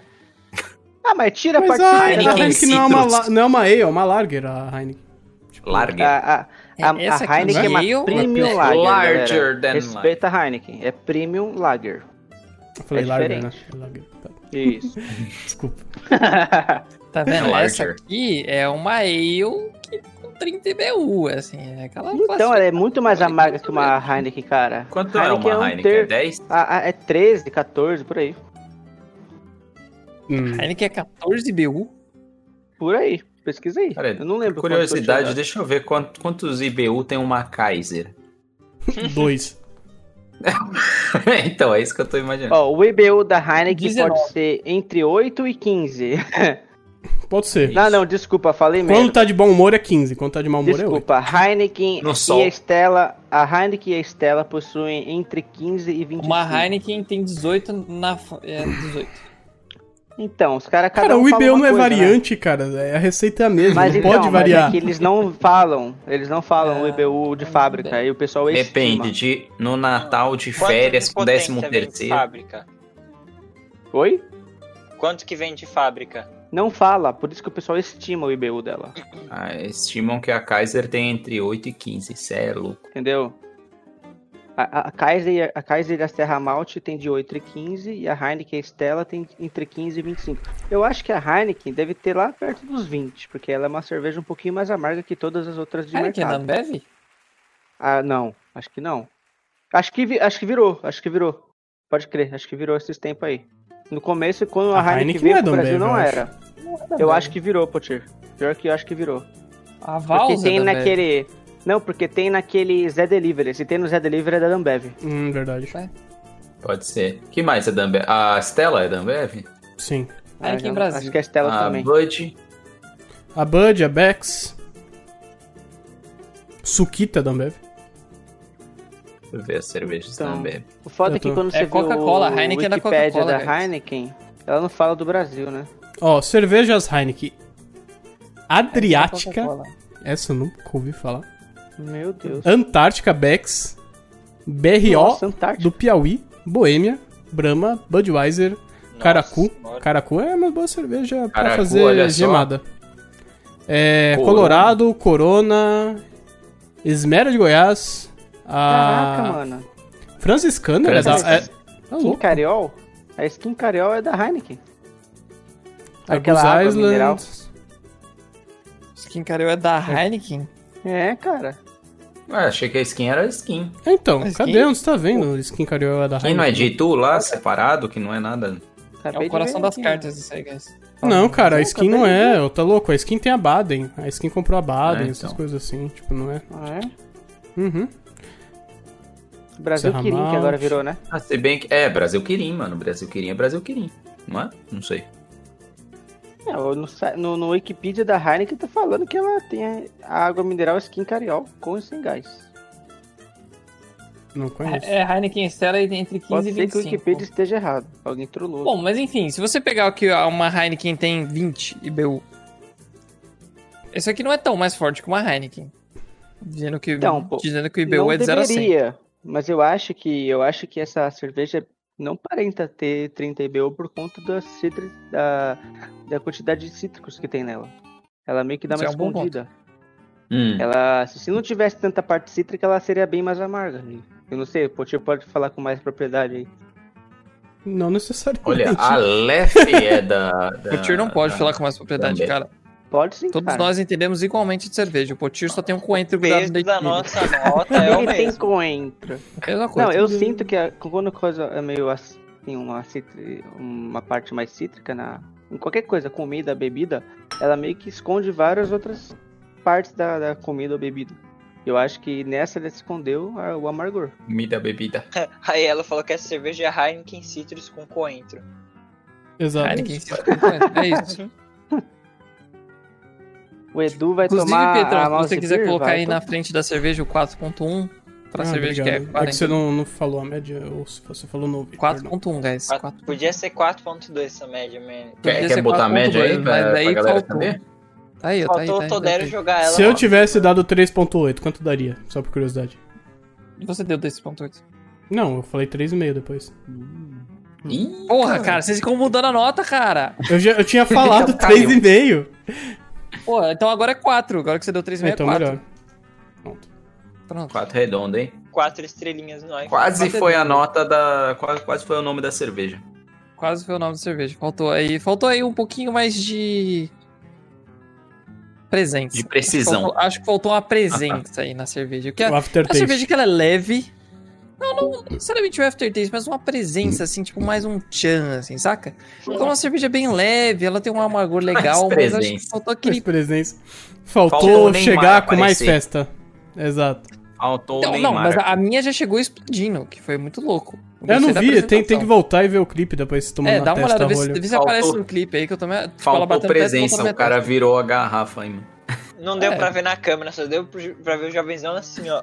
Speaker 5: Ah, mas tira
Speaker 3: Mas
Speaker 5: a
Speaker 3: a, a
Speaker 5: parte...
Speaker 4: Heineken
Speaker 3: Heineken não é, uma,
Speaker 4: Citrus.
Speaker 3: la- não é uma Ale, é uma Lager, a Heineken. Tipo,
Speaker 4: Larga.
Speaker 5: A, a, a, a
Speaker 1: Essa aqui,
Speaker 5: Heineken é uma
Speaker 1: Ale,
Speaker 5: premium
Speaker 1: é
Speaker 5: lager,
Speaker 4: larger
Speaker 5: galera.
Speaker 4: than
Speaker 5: Respeita a Heineken. É premium lager.
Speaker 3: Eu falei
Speaker 5: É
Speaker 3: Lager, né?
Speaker 5: diferente.
Speaker 3: Lager. Tá,
Speaker 5: Isso.
Speaker 3: desculpa.
Speaker 1: Então, Tá vendo?
Speaker 4: Larger.
Speaker 1: Essa aqui é uma ale que com 30 BU, assim, é aquela
Speaker 5: Então, ela é muito mais
Speaker 1: classificação
Speaker 5: amarga que uma
Speaker 1: mesmo.
Speaker 5: Heineken, cara.
Speaker 4: Quanto é uma
Speaker 5: é um
Speaker 4: Heineken?
Speaker 5: ter-
Speaker 4: 10?
Speaker 5: Ah, ah, é 13, 14, por aí.
Speaker 3: Hum.
Speaker 1: Heineken é 14 BU.
Speaker 5: Por aí. Pesquisa aí.
Speaker 4: Cara,
Speaker 5: eu não lembro. quanto
Speaker 4: Curiosidade,
Speaker 5: eu tinha
Speaker 4: deixa eu ver quant- quantos IBU tem uma Kaiser.
Speaker 3: Dois.
Speaker 4: então, é isso que eu tô
Speaker 5: dado.
Speaker 4: imaginando.
Speaker 5: Ó, o IBU da Heineken
Speaker 1: 19.
Speaker 5: pode ser entre 8 e 15.
Speaker 3: Pode ser.
Speaker 5: não, não, desculpa, falei mesmo.
Speaker 3: Quando tá de bom humor é 15, quando tá de mau humor é 8.
Speaker 5: Desculpa, Heineken
Speaker 4: No
Speaker 5: e
Speaker 4: sol.
Speaker 5: a Estela, a Heineken e a Estela possuem entre 15 e 25.
Speaker 1: Uma Heineken tem 18 na. fa- É, 18.
Speaker 5: Então, os caras cada
Speaker 3: Cara,
Speaker 5: um
Speaker 3: o
Speaker 5: fala
Speaker 3: IBU
Speaker 5: uma
Speaker 3: não é
Speaker 5: coisa, né?
Speaker 3: variante, cara. é- A receita é a mesma,
Speaker 5: Mas
Speaker 3: não
Speaker 5: então,
Speaker 3: pode
Speaker 5: mas
Speaker 3: variar.
Speaker 5: é que eles não falam, eles não falam o
Speaker 1: É,
Speaker 5: IBU de fábrica, aí o pessoal
Speaker 4: Depende
Speaker 5: estima.
Speaker 4: de no Natal de
Speaker 2: Quanto
Speaker 4: férias
Speaker 2: de
Speaker 4: com
Speaker 2: potência
Speaker 4: décimo
Speaker 2: vem de
Speaker 4: terceiro.
Speaker 2: fábrica?
Speaker 5: Oi?
Speaker 2: Quanto que vem de fábrica?
Speaker 5: Não fala, por isso que o pessoal estima o IBU dela,
Speaker 4: Ah, estimam que a Kaiser tem entre 8 e 15. Isso é louco.
Speaker 5: entendeu? A, a- a Kaiser, e a- a Kaiser e a Serra Malte tem de 8 e 15 e a Heineken e a Stella tem entre 15 e 25. Eu acho que a Heineken deve ter lá perto dos 20, porque ela é uma cerveja um pouquinho mais amarga que todas as outras de
Speaker 1: Heineken é
Speaker 5: mercado.
Speaker 1: não bebe?
Speaker 5: Ah, não. Acho que não. Acho que, vi- acho que virou. Acho que virou. Pode crer. Acho que virou esses tempos aí. No começo, quando
Speaker 3: A
Speaker 5: a, Heineken,
Speaker 3: Heineken
Speaker 5: veio
Speaker 3: não é
Speaker 5: pro
Speaker 3: da
Speaker 5: Brasil,
Speaker 3: Ambev,
Speaker 5: não
Speaker 3: eu É
Speaker 5: era. Eu acho que virou, Potir. Pior que eu acho que virou.
Speaker 1: É A
Speaker 5: Porque
Speaker 1: Valsa
Speaker 5: tem
Speaker 1: da Ambev.
Speaker 5: naquele... Não, porque tem naquele Zé Delivery. Se tem no Zé Delivery é da Ambev.
Speaker 3: Hum, verdade.
Speaker 4: Pode ser. que mais é da Ambev? A Stella é da Ambev?
Speaker 3: Sim.
Speaker 1: Heineken
Speaker 5: Ah, já-
Speaker 1: é Brasil.
Speaker 5: Acho que a Estela
Speaker 4: a
Speaker 5: também.
Speaker 4: Bud.
Speaker 3: A Bud, a Bex. Suquita da Ambev.
Speaker 4: Deixa eu ver as cervejas da
Speaker 5: Então.
Speaker 4: Ambev.
Speaker 5: O foda
Speaker 3: Eu
Speaker 5: é que
Speaker 3: tô-
Speaker 5: quando você vê
Speaker 1: Coca-Cola,
Speaker 5: o
Speaker 1: Heineken é da
Speaker 5: Wikipédia
Speaker 1: Coca-Cola,
Speaker 5: da
Speaker 1: guys.
Speaker 5: Heineken, ela não fala do Brasil, né?
Speaker 3: Ó, cervejas Heineken. Adriática.
Speaker 1: Coca-Cola.
Speaker 3: Essa eu nunca ouvi falar.
Speaker 5: Meu
Speaker 3: É
Speaker 5: Deus.
Speaker 3: Antártica Bex. BRO
Speaker 5: Nossa, Antártica.
Speaker 3: do Piauí. Boêmia. Brahma. Budweiser.
Speaker 2: Nossa
Speaker 3: Caracu.
Speaker 2: senhora.
Speaker 3: Caracu é uma boa cerveja pra
Speaker 4: Caracu,
Speaker 3: fazer
Speaker 4: olha só.
Speaker 3: gemada. É,
Speaker 4: Corona.
Speaker 3: Colorado, Corona, Esmera de Goiás, a
Speaker 5: Caraca, mano.
Speaker 3: Franciscana, né,
Speaker 4: Franciscana.
Speaker 3: da- é, tá
Speaker 5: Skin
Speaker 3: louco.
Speaker 5: Cariol? A skin Cariol é da Heineken.
Speaker 3: Argus
Speaker 5: Aquela água
Speaker 3: É Island,
Speaker 5: mineral.
Speaker 1: Skin Carol é da
Speaker 5: Tá
Speaker 1: Heineken?
Speaker 5: É, cara.
Speaker 4: Ah, achei que a skin era a skin.
Speaker 3: Então,
Speaker 1: Mas
Speaker 3: cadê?
Speaker 1: quem-
Speaker 3: Onde você tá vendo? Skin Carioca da
Speaker 4: Quem não é
Speaker 3: Heineken?
Speaker 4: de Itu lá, separado, que não é nada.
Speaker 1: É
Speaker 5: Acabei
Speaker 1: o
Speaker 5: de
Speaker 1: coração
Speaker 5: ver
Speaker 1: das
Speaker 5: aqui.
Speaker 1: cartas isso aí, guys.
Speaker 3: Não, cara, a
Speaker 5: Não,
Speaker 3: skin
Speaker 5: acabei
Speaker 3: não
Speaker 5: de
Speaker 3: é, ô, tá louco? A skin tem a Baden, a skin comprou a Baden,
Speaker 4: É,
Speaker 3: essas
Speaker 4: então.
Speaker 3: coisas assim, tipo, não é?
Speaker 5: Ah, é?
Speaker 3: Uhum.
Speaker 5: Brasil
Speaker 3: Serra
Speaker 5: Quirim, que
Speaker 3: Malte.
Speaker 5: agora virou, né?
Speaker 4: Ah, se bem que. É, Brasil Quirim, mano. Brasil Quirim é Brasil Quirim. Não é? Não sei.
Speaker 5: É, no, sa- no, no Wikipedia da Heineken tá falando que ela tem a água mineral skin Cariol com e sem gás.
Speaker 3: Não conheço.
Speaker 1: É Heineken Stella entre 15
Speaker 5: Tá Pode
Speaker 1: e
Speaker 5: ser que o
Speaker 1: 25.
Speaker 5: Wikipedia esteja errado. Alguém trollou.
Speaker 1: Bom, mas enfim, se você pegar o que uma Heineken tem 20 IBU, esse aqui não é tão mais forte que uma Heineken. Dizendo que,
Speaker 5: Então, pô,
Speaker 1: dizendo que o IBU
Speaker 5: não
Speaker 1: é de 0 a 100.
Speaker 5: deveria, mas eu acho que eu acho que essa cerveja não parenta ter 30 IBU por conta da, citri- da, da quantidade de cítricos que tem nela. Ela meio que dá
Speaker 1: Isso
Speaker 5: uma
Speaker 1: é um bom ponto.
Speaker 5: escondida.
Speaker 4: Hum.
Speaker 5: Ela, é se não tivesse tanta parte cítrica, ela seria bem mais amarga. né? Eu não sei, o Potir pode falar com mais propriedade aí.
Speaker 3: Não
Speaker 5: um
Speaker 3: necessariamente.
Speaker 4: Olha, a Lef é da. da
Speaker 1: O Potir não pode
Speaker 4: da-
Speaker 1: falar com mais propriedade,
Speaker 4: Ah, Também.
Speaker 1: cara.
Speaker 5: Pode sim,
Speaker 1: Todos
Speaker 5: cara.
Speaker 1: nós entendemos igualmente de cerveja. O Potir só tem um coentro
Speaker 2: O
Speaker 1: grudado
Speaker 2: peso
Speaker 1: no dente
Speaker 2: da
Speaker 1: dele.
Speaker 2: nossa nota é o
Speaker 5: Ele tem
Speaker 2: mesmo.
Speaker 5: coentro.
Speaker 1: Mesma coisa.
Speaker 5: Não, eu sinto que a- quando a coisa é meio assim, uma, citri- uma parte mais cítrica na, em qualquer coisa, comida, bebida, ela meio que esconde várias outras partes da, da comida ou bebida. Eu acho que nessa ela escondeu a- o amargor.
Speaker 4: Comida, bebida.
Speaker 2: Aí ela falou que essa cerveja é Heineken Citrus com coentro.
Speaker 3: Exato.
Speaker 5: é
Speaker 1: Heineken Stella com coentro. É isso.
Speaker 5: O Edu vai
Speaker 1: Inclusive,
Speaker 5: tomar
Speaker 1: Pedrão,
Speaker 5: a
Speaker 1: se você
Speaker 5: Mouse
Speaker 1: quiser
Speaker 5: Beer,
Speaker 1: colocar
Speaker 5: vai
Speaker 1: aí
Speaker 5: tomar.
Speaker 1: na frente da cerveja o 4.1 pra
Speaker 3: Ah,
Speaker 1: cerveja
Speaker 3: obrigado.
Speaker 1: que é
Speaker 3: É que você não, não falou a média, ou se você falou no.
Speaker 1: 4.1, guys.
Speaker 2: Quatro-
Speaker 1: 4.
Speaker 2: Podia ser 4.2 essa média, man.
Speaker 1: Podia
Speaker 4: Quer,
Speaker 1: ser
Speaker 4: quer botar a média Tá aí
Speaker 1: 4.2,
Speaker 4: pra,
Speaker 1: mas
Speaker 4: pra
Speaker 1: aí
Speaker 4: galera
Speaker 1: faltou.
Speaker 4: saber?
Speaker 1: Tá aí, tá aí.
Speaker 2: Faltou
Speaker 1: tá aí,
Speaker 2: o
Speaker 1: tá aí,
Speaker 2: Todero jogar ela.
Speaker 3: Se eu
Speaker 2: mano.
Speaker 3: tivesse dado 3.8, quanto daria? Só por curiosidade.
Speaker 1: Você deu 2.8.
Speaker 3: Não, eu falei 3,5 depois.
Speaker 4: Ih,
Speaker 1: Porra, cara, vocês ficam mudando a nota, cara.
Speaker 3: Eu, já, eu tinha falado
Speaker 4: Já caiu.
Speaker 3: 3,5.
Speaker 1: Pô, então agora é 4. Agora que você deu 3,5 é
Speaker 3: Então
Speaker 1: 4.
Speaker 3: melhor. Pronto.
Speaker 1: Pronto.
Speaker 4: Quatro redondo, hein?
Speaker 2: Quatro estrelinhas no iPhone.
Speaker 4: Quase
Speaker 1: Quatro
Speaker 4: foi a
Speaker 1: redondo.
Speaker 4: nota da. Quase, quase foi o nome da cerveja.
Speaker 1: Quase foi o nome da cerveja. Faltou aí, faltou aí um pouquinho mais de presença.
Speaker 4: De
Speaker 1: Acho que
Speaker 4: precisão.
Speaker 1: faltou, acho que faltou uma presença aí na cerveja. O que é,
Speaker 3: O
Speaker 1: A cerveja
Speaker 3: Um aftertaste.
Speaker 1: que ela é leve. Não, não não necessariamente o aftertaste, mas uma presença, assim, tipo, mais um tchan, assim, saca? Então, é uma cerveja bem leve, ela tem um amargor legal,
Speaker 4: Mais
Speaker 1: mas acho que
Speaker 4: presença.
Speaker 1: faltou
Speaker 3: Mais
Speaker 1: aquele.
Speaker 3: presença.
Speaker 4: Faltou o
Speaker 3: Faltou
Speaker 4: Neymar
Speaker 3: chegar com mais
Speaker 4: aparecer.
Speaker 3: festa. Exato.
Speaker 4: Faltou o
Speaker 1: Então, não,
Speaker 4: Neymar.
Speaker 1: mas a, a minha já chegou explodindo, que foi muito louco.
Speaker 3: Eu
Speaker 1: gostei
Speaker 3: não
Speaker 1: da
Speaker 3: vi, tem, tem que
Speaker 1: apresentação.
Speaker 3: voltar e ver o clipe depois se tomando
Speaker 1: É,
Speaker 3: na
Speaker 1: dá uma
Speaker 3: testa
Speaker 1: olhada, vê
Speaker 3: rolha.
Speaker 1: se, vê se
Speaker 4: Faltou-
Speaker 1: aparece no clipe aí que eu tomei. Tipo, ela
Speaker 4: Faltou
Speaker 1: batendo no teto,
Speaker 4: presença,
Speaker 1: voltando
Speaker 4: o
Speaker 1: na
Speaker 4: cara é
Speaker 1: testa.
Speaker 4: virou a garrafa, hein,
Speaker 2: Não deu
Speaker 1: É.
Speaker 2: pra ver na câmera, só deu pro- pra ver o jovenzão assim, ó,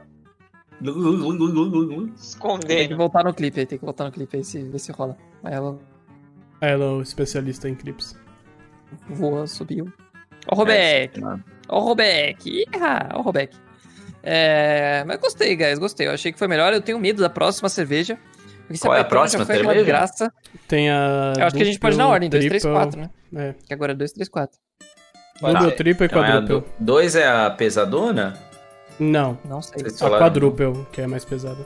Speaker 4: mano.
Speaker 1: Tem que
Speaker 2: escondendo.
Speaker 1: voltar no clipe aí, tem que voltar no clipe aí, se, ver se rola. Aí ela
Speaker 3: Ela é o especialista em clipes.
Speaker 1: voa, subiu.
Speaker 4: É
Speaker 1: Ó, o Robeck!
Speaker 4: Ah,
Speaker 1: Ó o Robeck. Ih, ó o Robeck. É, mas gostei, guys, gostei. Eu achei que foi melhor. Eu tenho medo da próxima cerveja. Porque se
Speaker 4: Qual é a
Speaker 1: apertou, já
Speaker 4: próxima?
Speaker 1: Foi aquela
Speaker 4: Cerveja?
Speaker 1: graça.
Speaker 3: Tem a.
Speaker 1: Eu acho que a gente pode ir na
Speaker 3: Duplo,
Speaker 1: ordem, 2, 3,
Speaker 3: É Triple,
Speaker 1: 4, né?
Speaker 3: É.
Speaker 1: Que agora é 2, 3, 4.
Speaker 4: Vai
Speaker 3: Double,
Speaker 4: lá.
Speaker 3: triple e
Speaker 4: Então é a
Speaker 3: quadruple.
Speaker 4: do... Dois é a pesadona?
Speaker 3: Não.
Speaker 1: Não sei.
Speaker 4: Vocês
Speaker 3: A
Speaker 4: falaram-
Speaker 3: quadruple, que é mais pesada.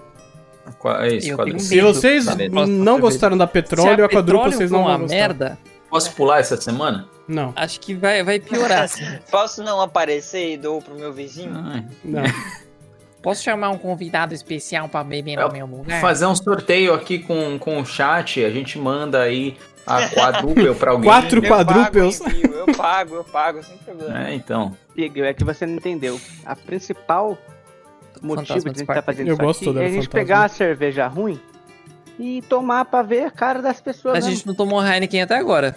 Speaker 4: Qua- É isso,
Speaker 1: Eu
Speaker 4: quadruple.
Speaker 1: tenho
Speaker 3: Se vocês
Speaker 4: Tá mesmo.
Speaker 3: não gostaram da
Speaker 1: Um Se
Speaker 3: petróleo, a quadruple
Speaker 1: Petróleo
Speaker 3: vocês
Speaker 1: for
Speaker 3: não
Speaker 1: uma
Speaker 3: vão gostar.
Speaker 1: merda,
Speaker 4: Posso pular essa semana?
Speaker 3: Não,
Speaker 1: acho que vai, vai piorar. assim.
Speaker 2: Posso não aparecer e dou pro meu
Speaker 1: Hum.
Speaker 2: vizinho?
Speaker 3: não.
Speaker 1: Posso chamar um convidado especial pra beber no
Speaker 4: Eu-
Speaker 1: meu lugar?
Speaker 4: É Fazer um sorteio aqui com, com o chat, a gente manda aí a quadruple pra alguém.
Speaker 3: Quatro
Speaker 2: Eu
Speaker 3: quadruples.
Speaker 2: pago, envio, Eu pago, eu pago, sem problema.
Speaker 4: É, então.
Speaker 5: Diego, é que você não entendeu. A principal motivo de
Speaker 1: Fantasma
Speaker 5: a gente
Speaker 1: Spark.
Speaker 5: tá fazendo
Speaker 3: Eu
Speaker 5: isso
Speaker 3: gosto
Speaker 5: aqui
Speaker 3: da
Speaker 5: é a gente
Speaker 3: Fantasma.
Speaker 5: pegar a cerveja ruim e tomar pra ver a cara das pessoas.
Speaker 1: A
Speaker 5: mesmo.
Speaker 1: gente não tomou Heineken até agora.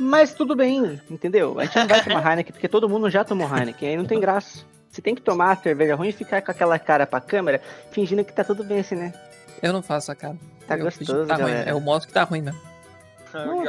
Speaker 5: Mas tudo bem, entendeu? A gente não vai tomar Heineken porque todo mundo já tomou Heineken, aí não tem graça. Você tem que tomar a cerveja ruim e ficar com aquela cara pra câmera, fingindo que tá tudo bem assim, né?
Speaker 1: Eu não faço a cara.
Speaker 5: Tá
Speaker 1: eu fingi que
Speaker 5: gostoso,
Speaker 1: tá ruim.
Speaker 5: galera.
Speaker 1: Eu mostro que tá ruim mesmo.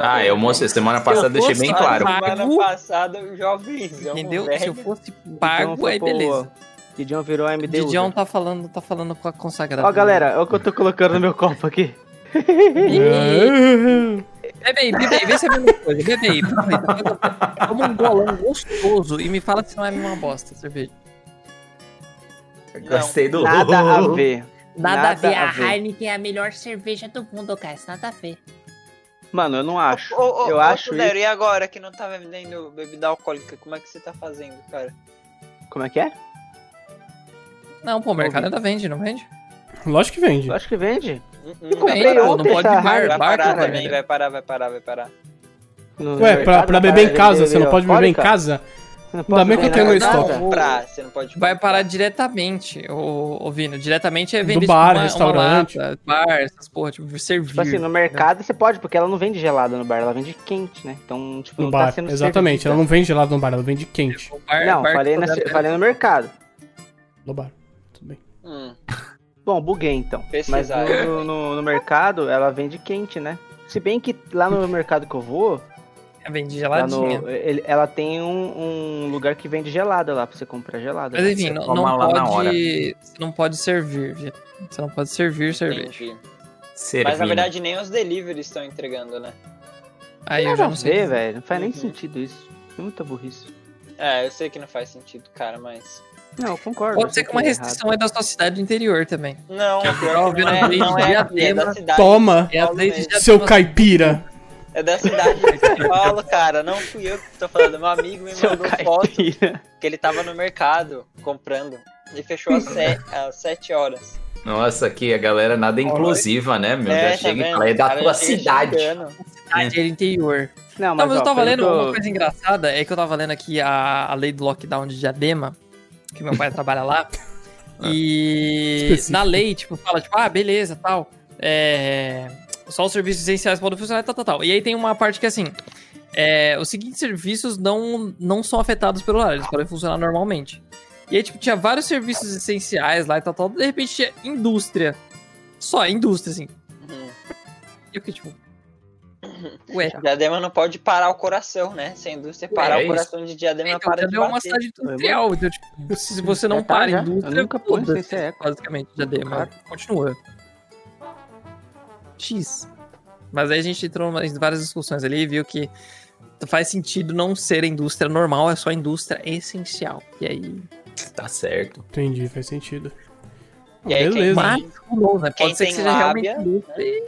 Speaker 4: Ah, eu mostrei. Semana passada eu deixei bem
Speaker 1: fosse
Speaker 4: claro.
Speaker 1: falar-
Speaker 2: Semana
Speaker 1: Pago.
Speaker 2: passada, o jovenzão,
Speaker 1: Entendeu? Se eu
Speaker 2: um velho.
Speaker 1: fosse
Speaker 5: Então,
Speaker 1: pago,
Speaker 5: foi
Speaker 1: aí
Speaker 5: pro-
Speaker 1: beleza.
Speaker 5: Didião virou AMD.
Speaker 1: Didião
Speaker 5: Didião...
Speaker 1: tá falando, tá falando com a consagrada.
Speaker 5: Ó, galera, olha o que eu tô colocando no meu copo aqui.
Speaker 1: Ih, Bebe aí, bebe aí, vê se é a mesma coisa. Bebe aí, bebe aí. tá vendo? Toma um bolão gostoso e me fala se não é a mesma bosta, cerveja.
Speaker 4: Gostei do.
Speaker 5: Nada a ver.
Speaker 7: Nada, a ver, a Heineken é a melhor cerveja do mundo, cara. Isso nada a ver.
Speaker 5: Mano, eu não acho.
Speaker 2: Ô, ô,
Speaker 5: eu
Speaker 2: ô,
Speaker 5: acho
Speaker 2: Tudero, E agora que não tá vendendo bebida alcoólica, como é que você tá fazendo, cara?
Speaker 5: isso- Como é que é?
Speaker 1: Não, pô, o mercado ainda vende, não vende?
Speaker 3: Lógico que vende.
Speaker 5: Eu acho que vende.
Speaker 2: Hum, hum,
Speaker 5: comprei
Speaker 2: vai parar,
Speaker 1: pô, não
Speaker 5: ontem
Speaker 1: pode
Speaker 5: essa
Speaker 1: bar,
Speaker 2: Vai
Speaker 1: bar,
Speaker 2: parar
Speaker 1: cara.
Speaker 2: também, vai parar, vai parar, vai parar.
Speaker 5: No
Speaker 3: Ué, pra,
Speaker 5: mercado,
Speaker 3: pra
Speaker 5: cara,
Speaker 3: beber em casa, você não
Speaker 5: bebida
Speaker 3: pode beber em
Speaker 5: alcoólica?
Speaker 3: casa?
Speaker 5: Você não
Speaker 3: Ainda bem que eu tenho
Speaker 5: beber
Speaker 3: no
Speaker 5: nada.
Speaker 3: estoque.
Speaker 2: Comprar, você não pode
Speaker 1: Vai parar diretamente, ô, ô Vino. Diretamente é
Speaker 3: Do
Speaker 1: vendido
Speaker 3: bar, restaurante.
Speaker 1: bar, essas porra, tipo, servir.
Speaker 5: Tipo assim, no mercado você pode, porque ela não vende gelada no bar, ela vende quente, né? Então, tipo,
Speaker 3: No
Speaker 5: não
Speaker 3: bar,
Speaker 5: tá sendo
Speaker 3: exatamente. Ela
Speaker 5: servida.
Speaker 4: né?
Speaker 3: não vende gelado no bar, ela vende quente
Speaker 1: O bar-
Speaker 5: Não,
Speaker 1: bar que
Speaker 5: falei,
Speaker 1: tá
Speaker 5: na-
Speaker 1: dando-
Speaker 5: falei no mercado.
Speaker 3: no bar. Tudo bem.
Speaker 2: Hum,
Speaker 5: Bom, buguei então. Mas
Speaker 2: Pesquisar, né?
Speaker 5: no, no- no mercado, ela vende quente, né? Se bem que lá no mercado que eu vou,
Speaker 1: Vende
Speaker 5: lá no-
Speaker 1: geladinha.
Speaker 5: ele- ela tem um, um lugar que vende gelada lá pra você comprar gelada.
Speaker 1: Mas
Speaker 5: né?
Speaker 1: enfim,
Speaker 4: Você
Speaker 1: não,
Speaker 4: toma
Speaker 1: não
Speaker 4: lá na
Speaker 1: pode. Você não pode servir, Vino. Você não pode servir cerveja.
Speaker 2: entendi.
Speaker 4: Servindo.
Speaker 2: Mas na verdade nem os deliveries estão entregando, né?
Speaker 1: Aí eu
Speaker 5: Nada
Speaker 1: já
Speaker 5: a
Speaker 1: não sei.
Speaker 5: ver, velho. Não faz nem
Speaker 2: Uhum.
Speaker 5: sentido isso. É muita burrice.
Speaker 2: É, eu sei que não faz sentido, cara, mas.
Speaker 5: Não, eu concordo.
Speaker 1: Pode ser
Speaker 5: eu
Speaker 1: que uma
Speaker 5: errado.
Speaker 1: restrição é da sua cidade do interior também.
Speaker 2: Não, pior que
Speaker 1: prova
Speaker 2: não é,
Speaker 4: um
Speaker 1: era
Speaker 2: não
Speaker 1: de
Speaker 2: é aqui, é da
Speaker 1: Diadema.
Speaker 2: cidade.
Speaker 3: Toma,
Speaker 1: É a lei de
Speaker 2: mesmo.
Speaker 1: Diadema.
Speaker 3: seu caipira!
Speaker 2: É da cidade de São Paulo, cara. Não fui eu que tô falando. Meu amigo me
Speaker 5: Seu
Speaker 2: mandou foto
Speaker 5: caipira.
Speaker 2: que ele tava no mercado comprando. E fechou às, se- às 7 horas.
Speaker 4: Nossa, aqui a galera nada inclusiva, né, meu?
Speaker 2: É,
Speaker 4: já
Speaker 2: tá
Speaker 4: chega e
Speaker 2: vendo?
Speaker 4: fala, é da
Speaker 2: Cara,
Speaker 4: tua
Speaker 2: já chega
Speaker 4: cidade.
Speaker 2: xingando.
Speaker 1: Cidade era interior.
Speaker 5: Não,
Speaker 1: Não, mas
Speaker 5: ó,
Speaker 1: eu tava
Speaker 5: pelo
Speaker 1: lendo
Speaker 5: que eu-
Speaker 1: uma coisa engraçada, é que eu tava lendo aqui a, a lei do lockdown de Diadema, que meu pai trabalha lá.
Speaker 5: Ah.
Speaker 1: E
Speaker 3: Específico.
Speaker 1: na lei, tipo, fala, tipo, ah, beleza, tal. É, só os serviços essenciais podem funcionar, tal, tal, tal. E aí tem uma parte que é assim. é, os seguintes serviços não, não são afetados pelo horário, eles podem funcionar normalmente. E aí, tipo, tinha vários serviços essenciais lá e tal, tal. De repente tinha indústria. Só indústria, assim.
Speaker 2: Uhum.
Speaker 1: E eu fiquei, tipo. Ué,
Speaker 2: Diadema não pode parar o coração, né? Se a indústria parar
Speaker 4: é
Speaker 2: o coração de Diadema,
Speaker 1: Então,
Speaker 2: para
Speaker 1: já
Speaker 2: de
Speaker 1: deu
Speaker 2: bater.
Speaker 1: uma cidade industrial. Então, tipo, se você não
Speaker 5: Já tá,
Speaker 1: para
Speaker 5: já.
Speaker 1: em indústria,
Speaker 5: Eu nunca ponho
Speaker 1: foda-se,
Speaker 5: sem ser eco.
Speaker 1: basicamente já deu, mas continua. X. Mas aí a gente entrou em várias discussões ali e viu que faz sentido não ser a indústria normal, é só a indústria essencial. E aí,
Speaker 4: Tá certo.
Speaker 3: Entendi, faz sentido. Ah,
Speaker 2: E aí, quem
Speaker 3: Beleza.
Speaker 1: mas pulou, né?
Speaker 2: Quem
Speaker 1: Pode ser que
Speaker 2: tem
Speaker 1: seja realmente
Speaker 2: lábia, né?
Speaker 1: indústria e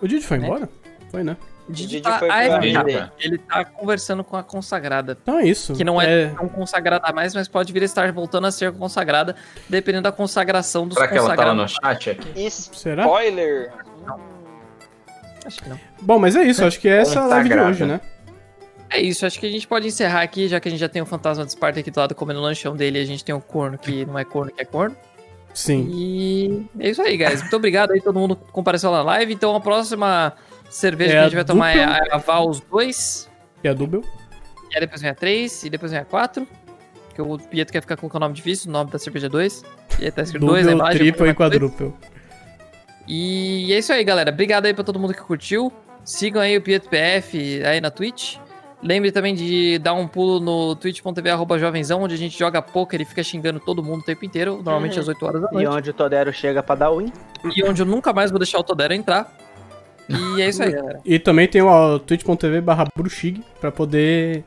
Speaker 3: O Didi foi embora? Foi, né?
Speaker 1: o Didi
Speaker 2: Didi
Speaker 1: tá
Speaker 2: foi pro
Speaker 1: AFK.
Speaker 4: AFK.
Speaker 1: Ele tá conversando com a consagrada.
Speaker 3: Então é isso.
Speaker 1: Que não é, tão consagrada mais, mas pode vir a estar voltando a ser consagrada, dependendo da consagração dos
Speaker 4: Será que ela tá lá
Speaker 1: consagrados.
Speaker 4: no chat aqui?
Speaker 3: Será?
Speaker 2: Spoiler!
Speaker 1: Acho que não.
Speaker 3: Bom, mas é isso. Acho que é essa a live de
Speaker 4: Consagrada.
Speaker 3: hoje, né?
Speaker 1: É isso, acho que a gente pode encerrar aqui, já que a gente já tem o fantasma de Esparta aqui do lado comendo o lanchão dele, e a gente tem o corno que não é corno, que é corno.
Speaker 3: Sim.
Speaker 1: E é isso aí, guys. Muito obrigado aí todo mundo que compareceu na live. Então a próxima cerveja
Speaker 3: É
Speaker 1: que a
Speaker 3: a
Speaker 1: gente vai tomar é
Speaker 3: dupla.
Speaker 1: a, a Vals 2,
Speaker 3: E é a Dubel?
Speaker 1: e aí depois vem a 3, e depois vem a 4. Que o Pietro quer ficar com o nome difícil, o nome da cerveja é 2. E aí tá escrito 2 na
Speaker 3: Dubel,
Speaker 1: embalagem.
Speaker 3: triple
Speaker 1: eu
Speaker 3: e
Speaker 1: vou tomar dois.
Speaker 3: quadruple.
Speaker 1: E é isso aí, galera. Obrigado aí pra todo mundo que curtiu. Sigam aí o Pietro PF aí na Twitch. Lembre também de dar um pulo no twitch.tv arroba jovenzão, onde a gente joga poker e fica xingando todo mundo o tempo inteiro, normalmente às 8 horas da
Speaker 5: E
Speaker 1: noite.
Speaker 5: onde o Todero chega pra dar win.
Speaker 1: Uhum. E onde eu nunca mais vou deixar o Todero entrar. E é isso aí, galera.
Speaker 3: E também tem o twitch.tv barra bruxig pra poder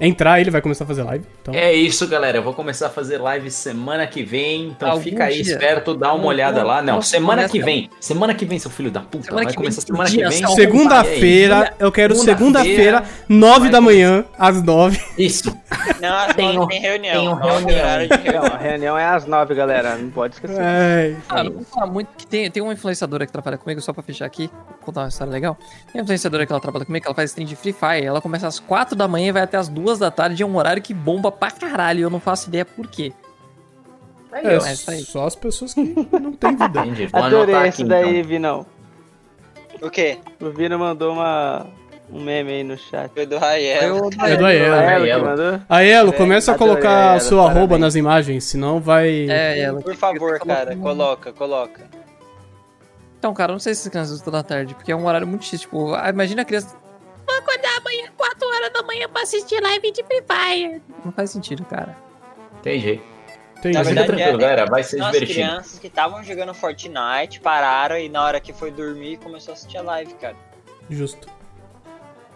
Speaker 3: entrar, ele vai começar a fazer live. Então,
Speaker 4: É isso, galera. Eu vou começar a fazer live semana que vem. Então
Speaker 1: Algum
Speaker 4: fica aí
Speaker 1: dia.
Speaker 4: esperto, dá uma olhada lá. Não,
Speaker 1: Nossa,
Speaker 4: semana
Speaker 1: começa-
Speaker 4: que vem. Semana que vem, seu filho da puta.
Speaker 1: Semana que
Speaker 4: vai
Speaker 1: vem,
Speaker 4: começar
Speaker 1: que
Speaker 4: semana que
Speaker 1: dia,
Speaker 4: vem. é
Speaker 1: Saulo?
Speaker 3: segunda-feira, eu quero segunda-feira, 9
Speaker 4: vai
Speaker 3: da manhã, às 9.
Speaker 4: Isso.
Speaker 2: Não, às
Speaker 4: Tem
Speaker 2: nove
Speaker 4: um-
Speaker 2: tem reunião.
Speaker 4: tem um
Speaker 2: Nove
Speaker 4: reunião.
Speaker 2: horário de
Speaker 5: Não,
Speaker 2: reunião.
Speaker 5: a reunião é às nove, galera. Não pode esquecer.
Speaker 3: Ai,
Speaker 1: Ah, não vou falar muito, que tem, tem uma influenciadora que trabalha comigo, só pra fechar aqui, vou contar uma história legal. Tem uma influenciadora que ela trabalha comigo, que ela faz stream de Free Fire, ela começa às 4 da manhã e vai até às 2 da tarde, é um horário que bomba pra caralho, eu não faço ideia por quê. Aí,
Speaker 3: é
Speaker 1: ó, essa aí.
Speaker 3: só as pessoas que não têm vida.
Speaker 4: Entendi. Vou
Speaker 5: Adorei
Speaker 4: anotar
Speaker 5: esse
Speaker 4: aqui,
Speaker 5: daí,
Speaker 4: então.
Speaker 5: Vinão.
Speaker 2: O quê?
Speaker 5: O Vino mandou uma, um meme aí no chat.
Speaker 2: O do Rael.
Speaker 1: Eu-
Speaker 3: É do Aiello.
Speaker 5: Foi ela que
Speaker 4: Aiello.
Speaker 5: mandou?
Speaker 3: Aí, Elo, começa a
Speaker 5: Adorei,
Speaker 3: colocar o
Speaker 5: Elo,
Speaker 3: seu
Speaker 5: parabéns.
Speaker 3: arroba nas imagens, senão vai.
Speaker 1: É, ela.
Speaker 2: Por favor, cara, coloca, coloca.
Speaker 1: Então, cara, eu não sei se as crianças estudam à tarde, porque é um horário muito X. Tipo, ah, imagina a criança.
Speaker 7: Vou acordar amanhã, 4 horas da manhã, pra assistir live de Free Fire.
Speaker 1: Não faz sentido, cara.
Speaker 4: Entendi.
Speaker 3: Tem
Speaker 2: Na
Speaker 4: Mas fica
Speaker 2: verdade,
Speaker 4: tranquilo,
Speaker 2: é-
Speaker 4: galera. Vai ser
Speaker 2: Então, as
Speaker 4: divertido.
Speaker 2: crianças que estavam jogando Fortnite pararam e na hora que foi dormir começou a assistir a live, cara.
Speaker 3: Justo.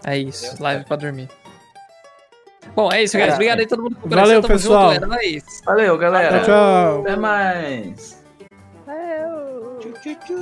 Speaker 1: É isso,
Speaker 2: Entendeu?
Speaker 1: live pra dormir. Bom, é isso, guys. Obrigado aí todo mundo por
Speaker 3: Valeu, pessoal.
Speaker 1: Junto, é nóis.
Speaker 4: Valeu, galera.
Speaker 3: Tchau, tchau.
Speaker 4: Até mais.
Speaker 2: Tchu, tchu, tchu.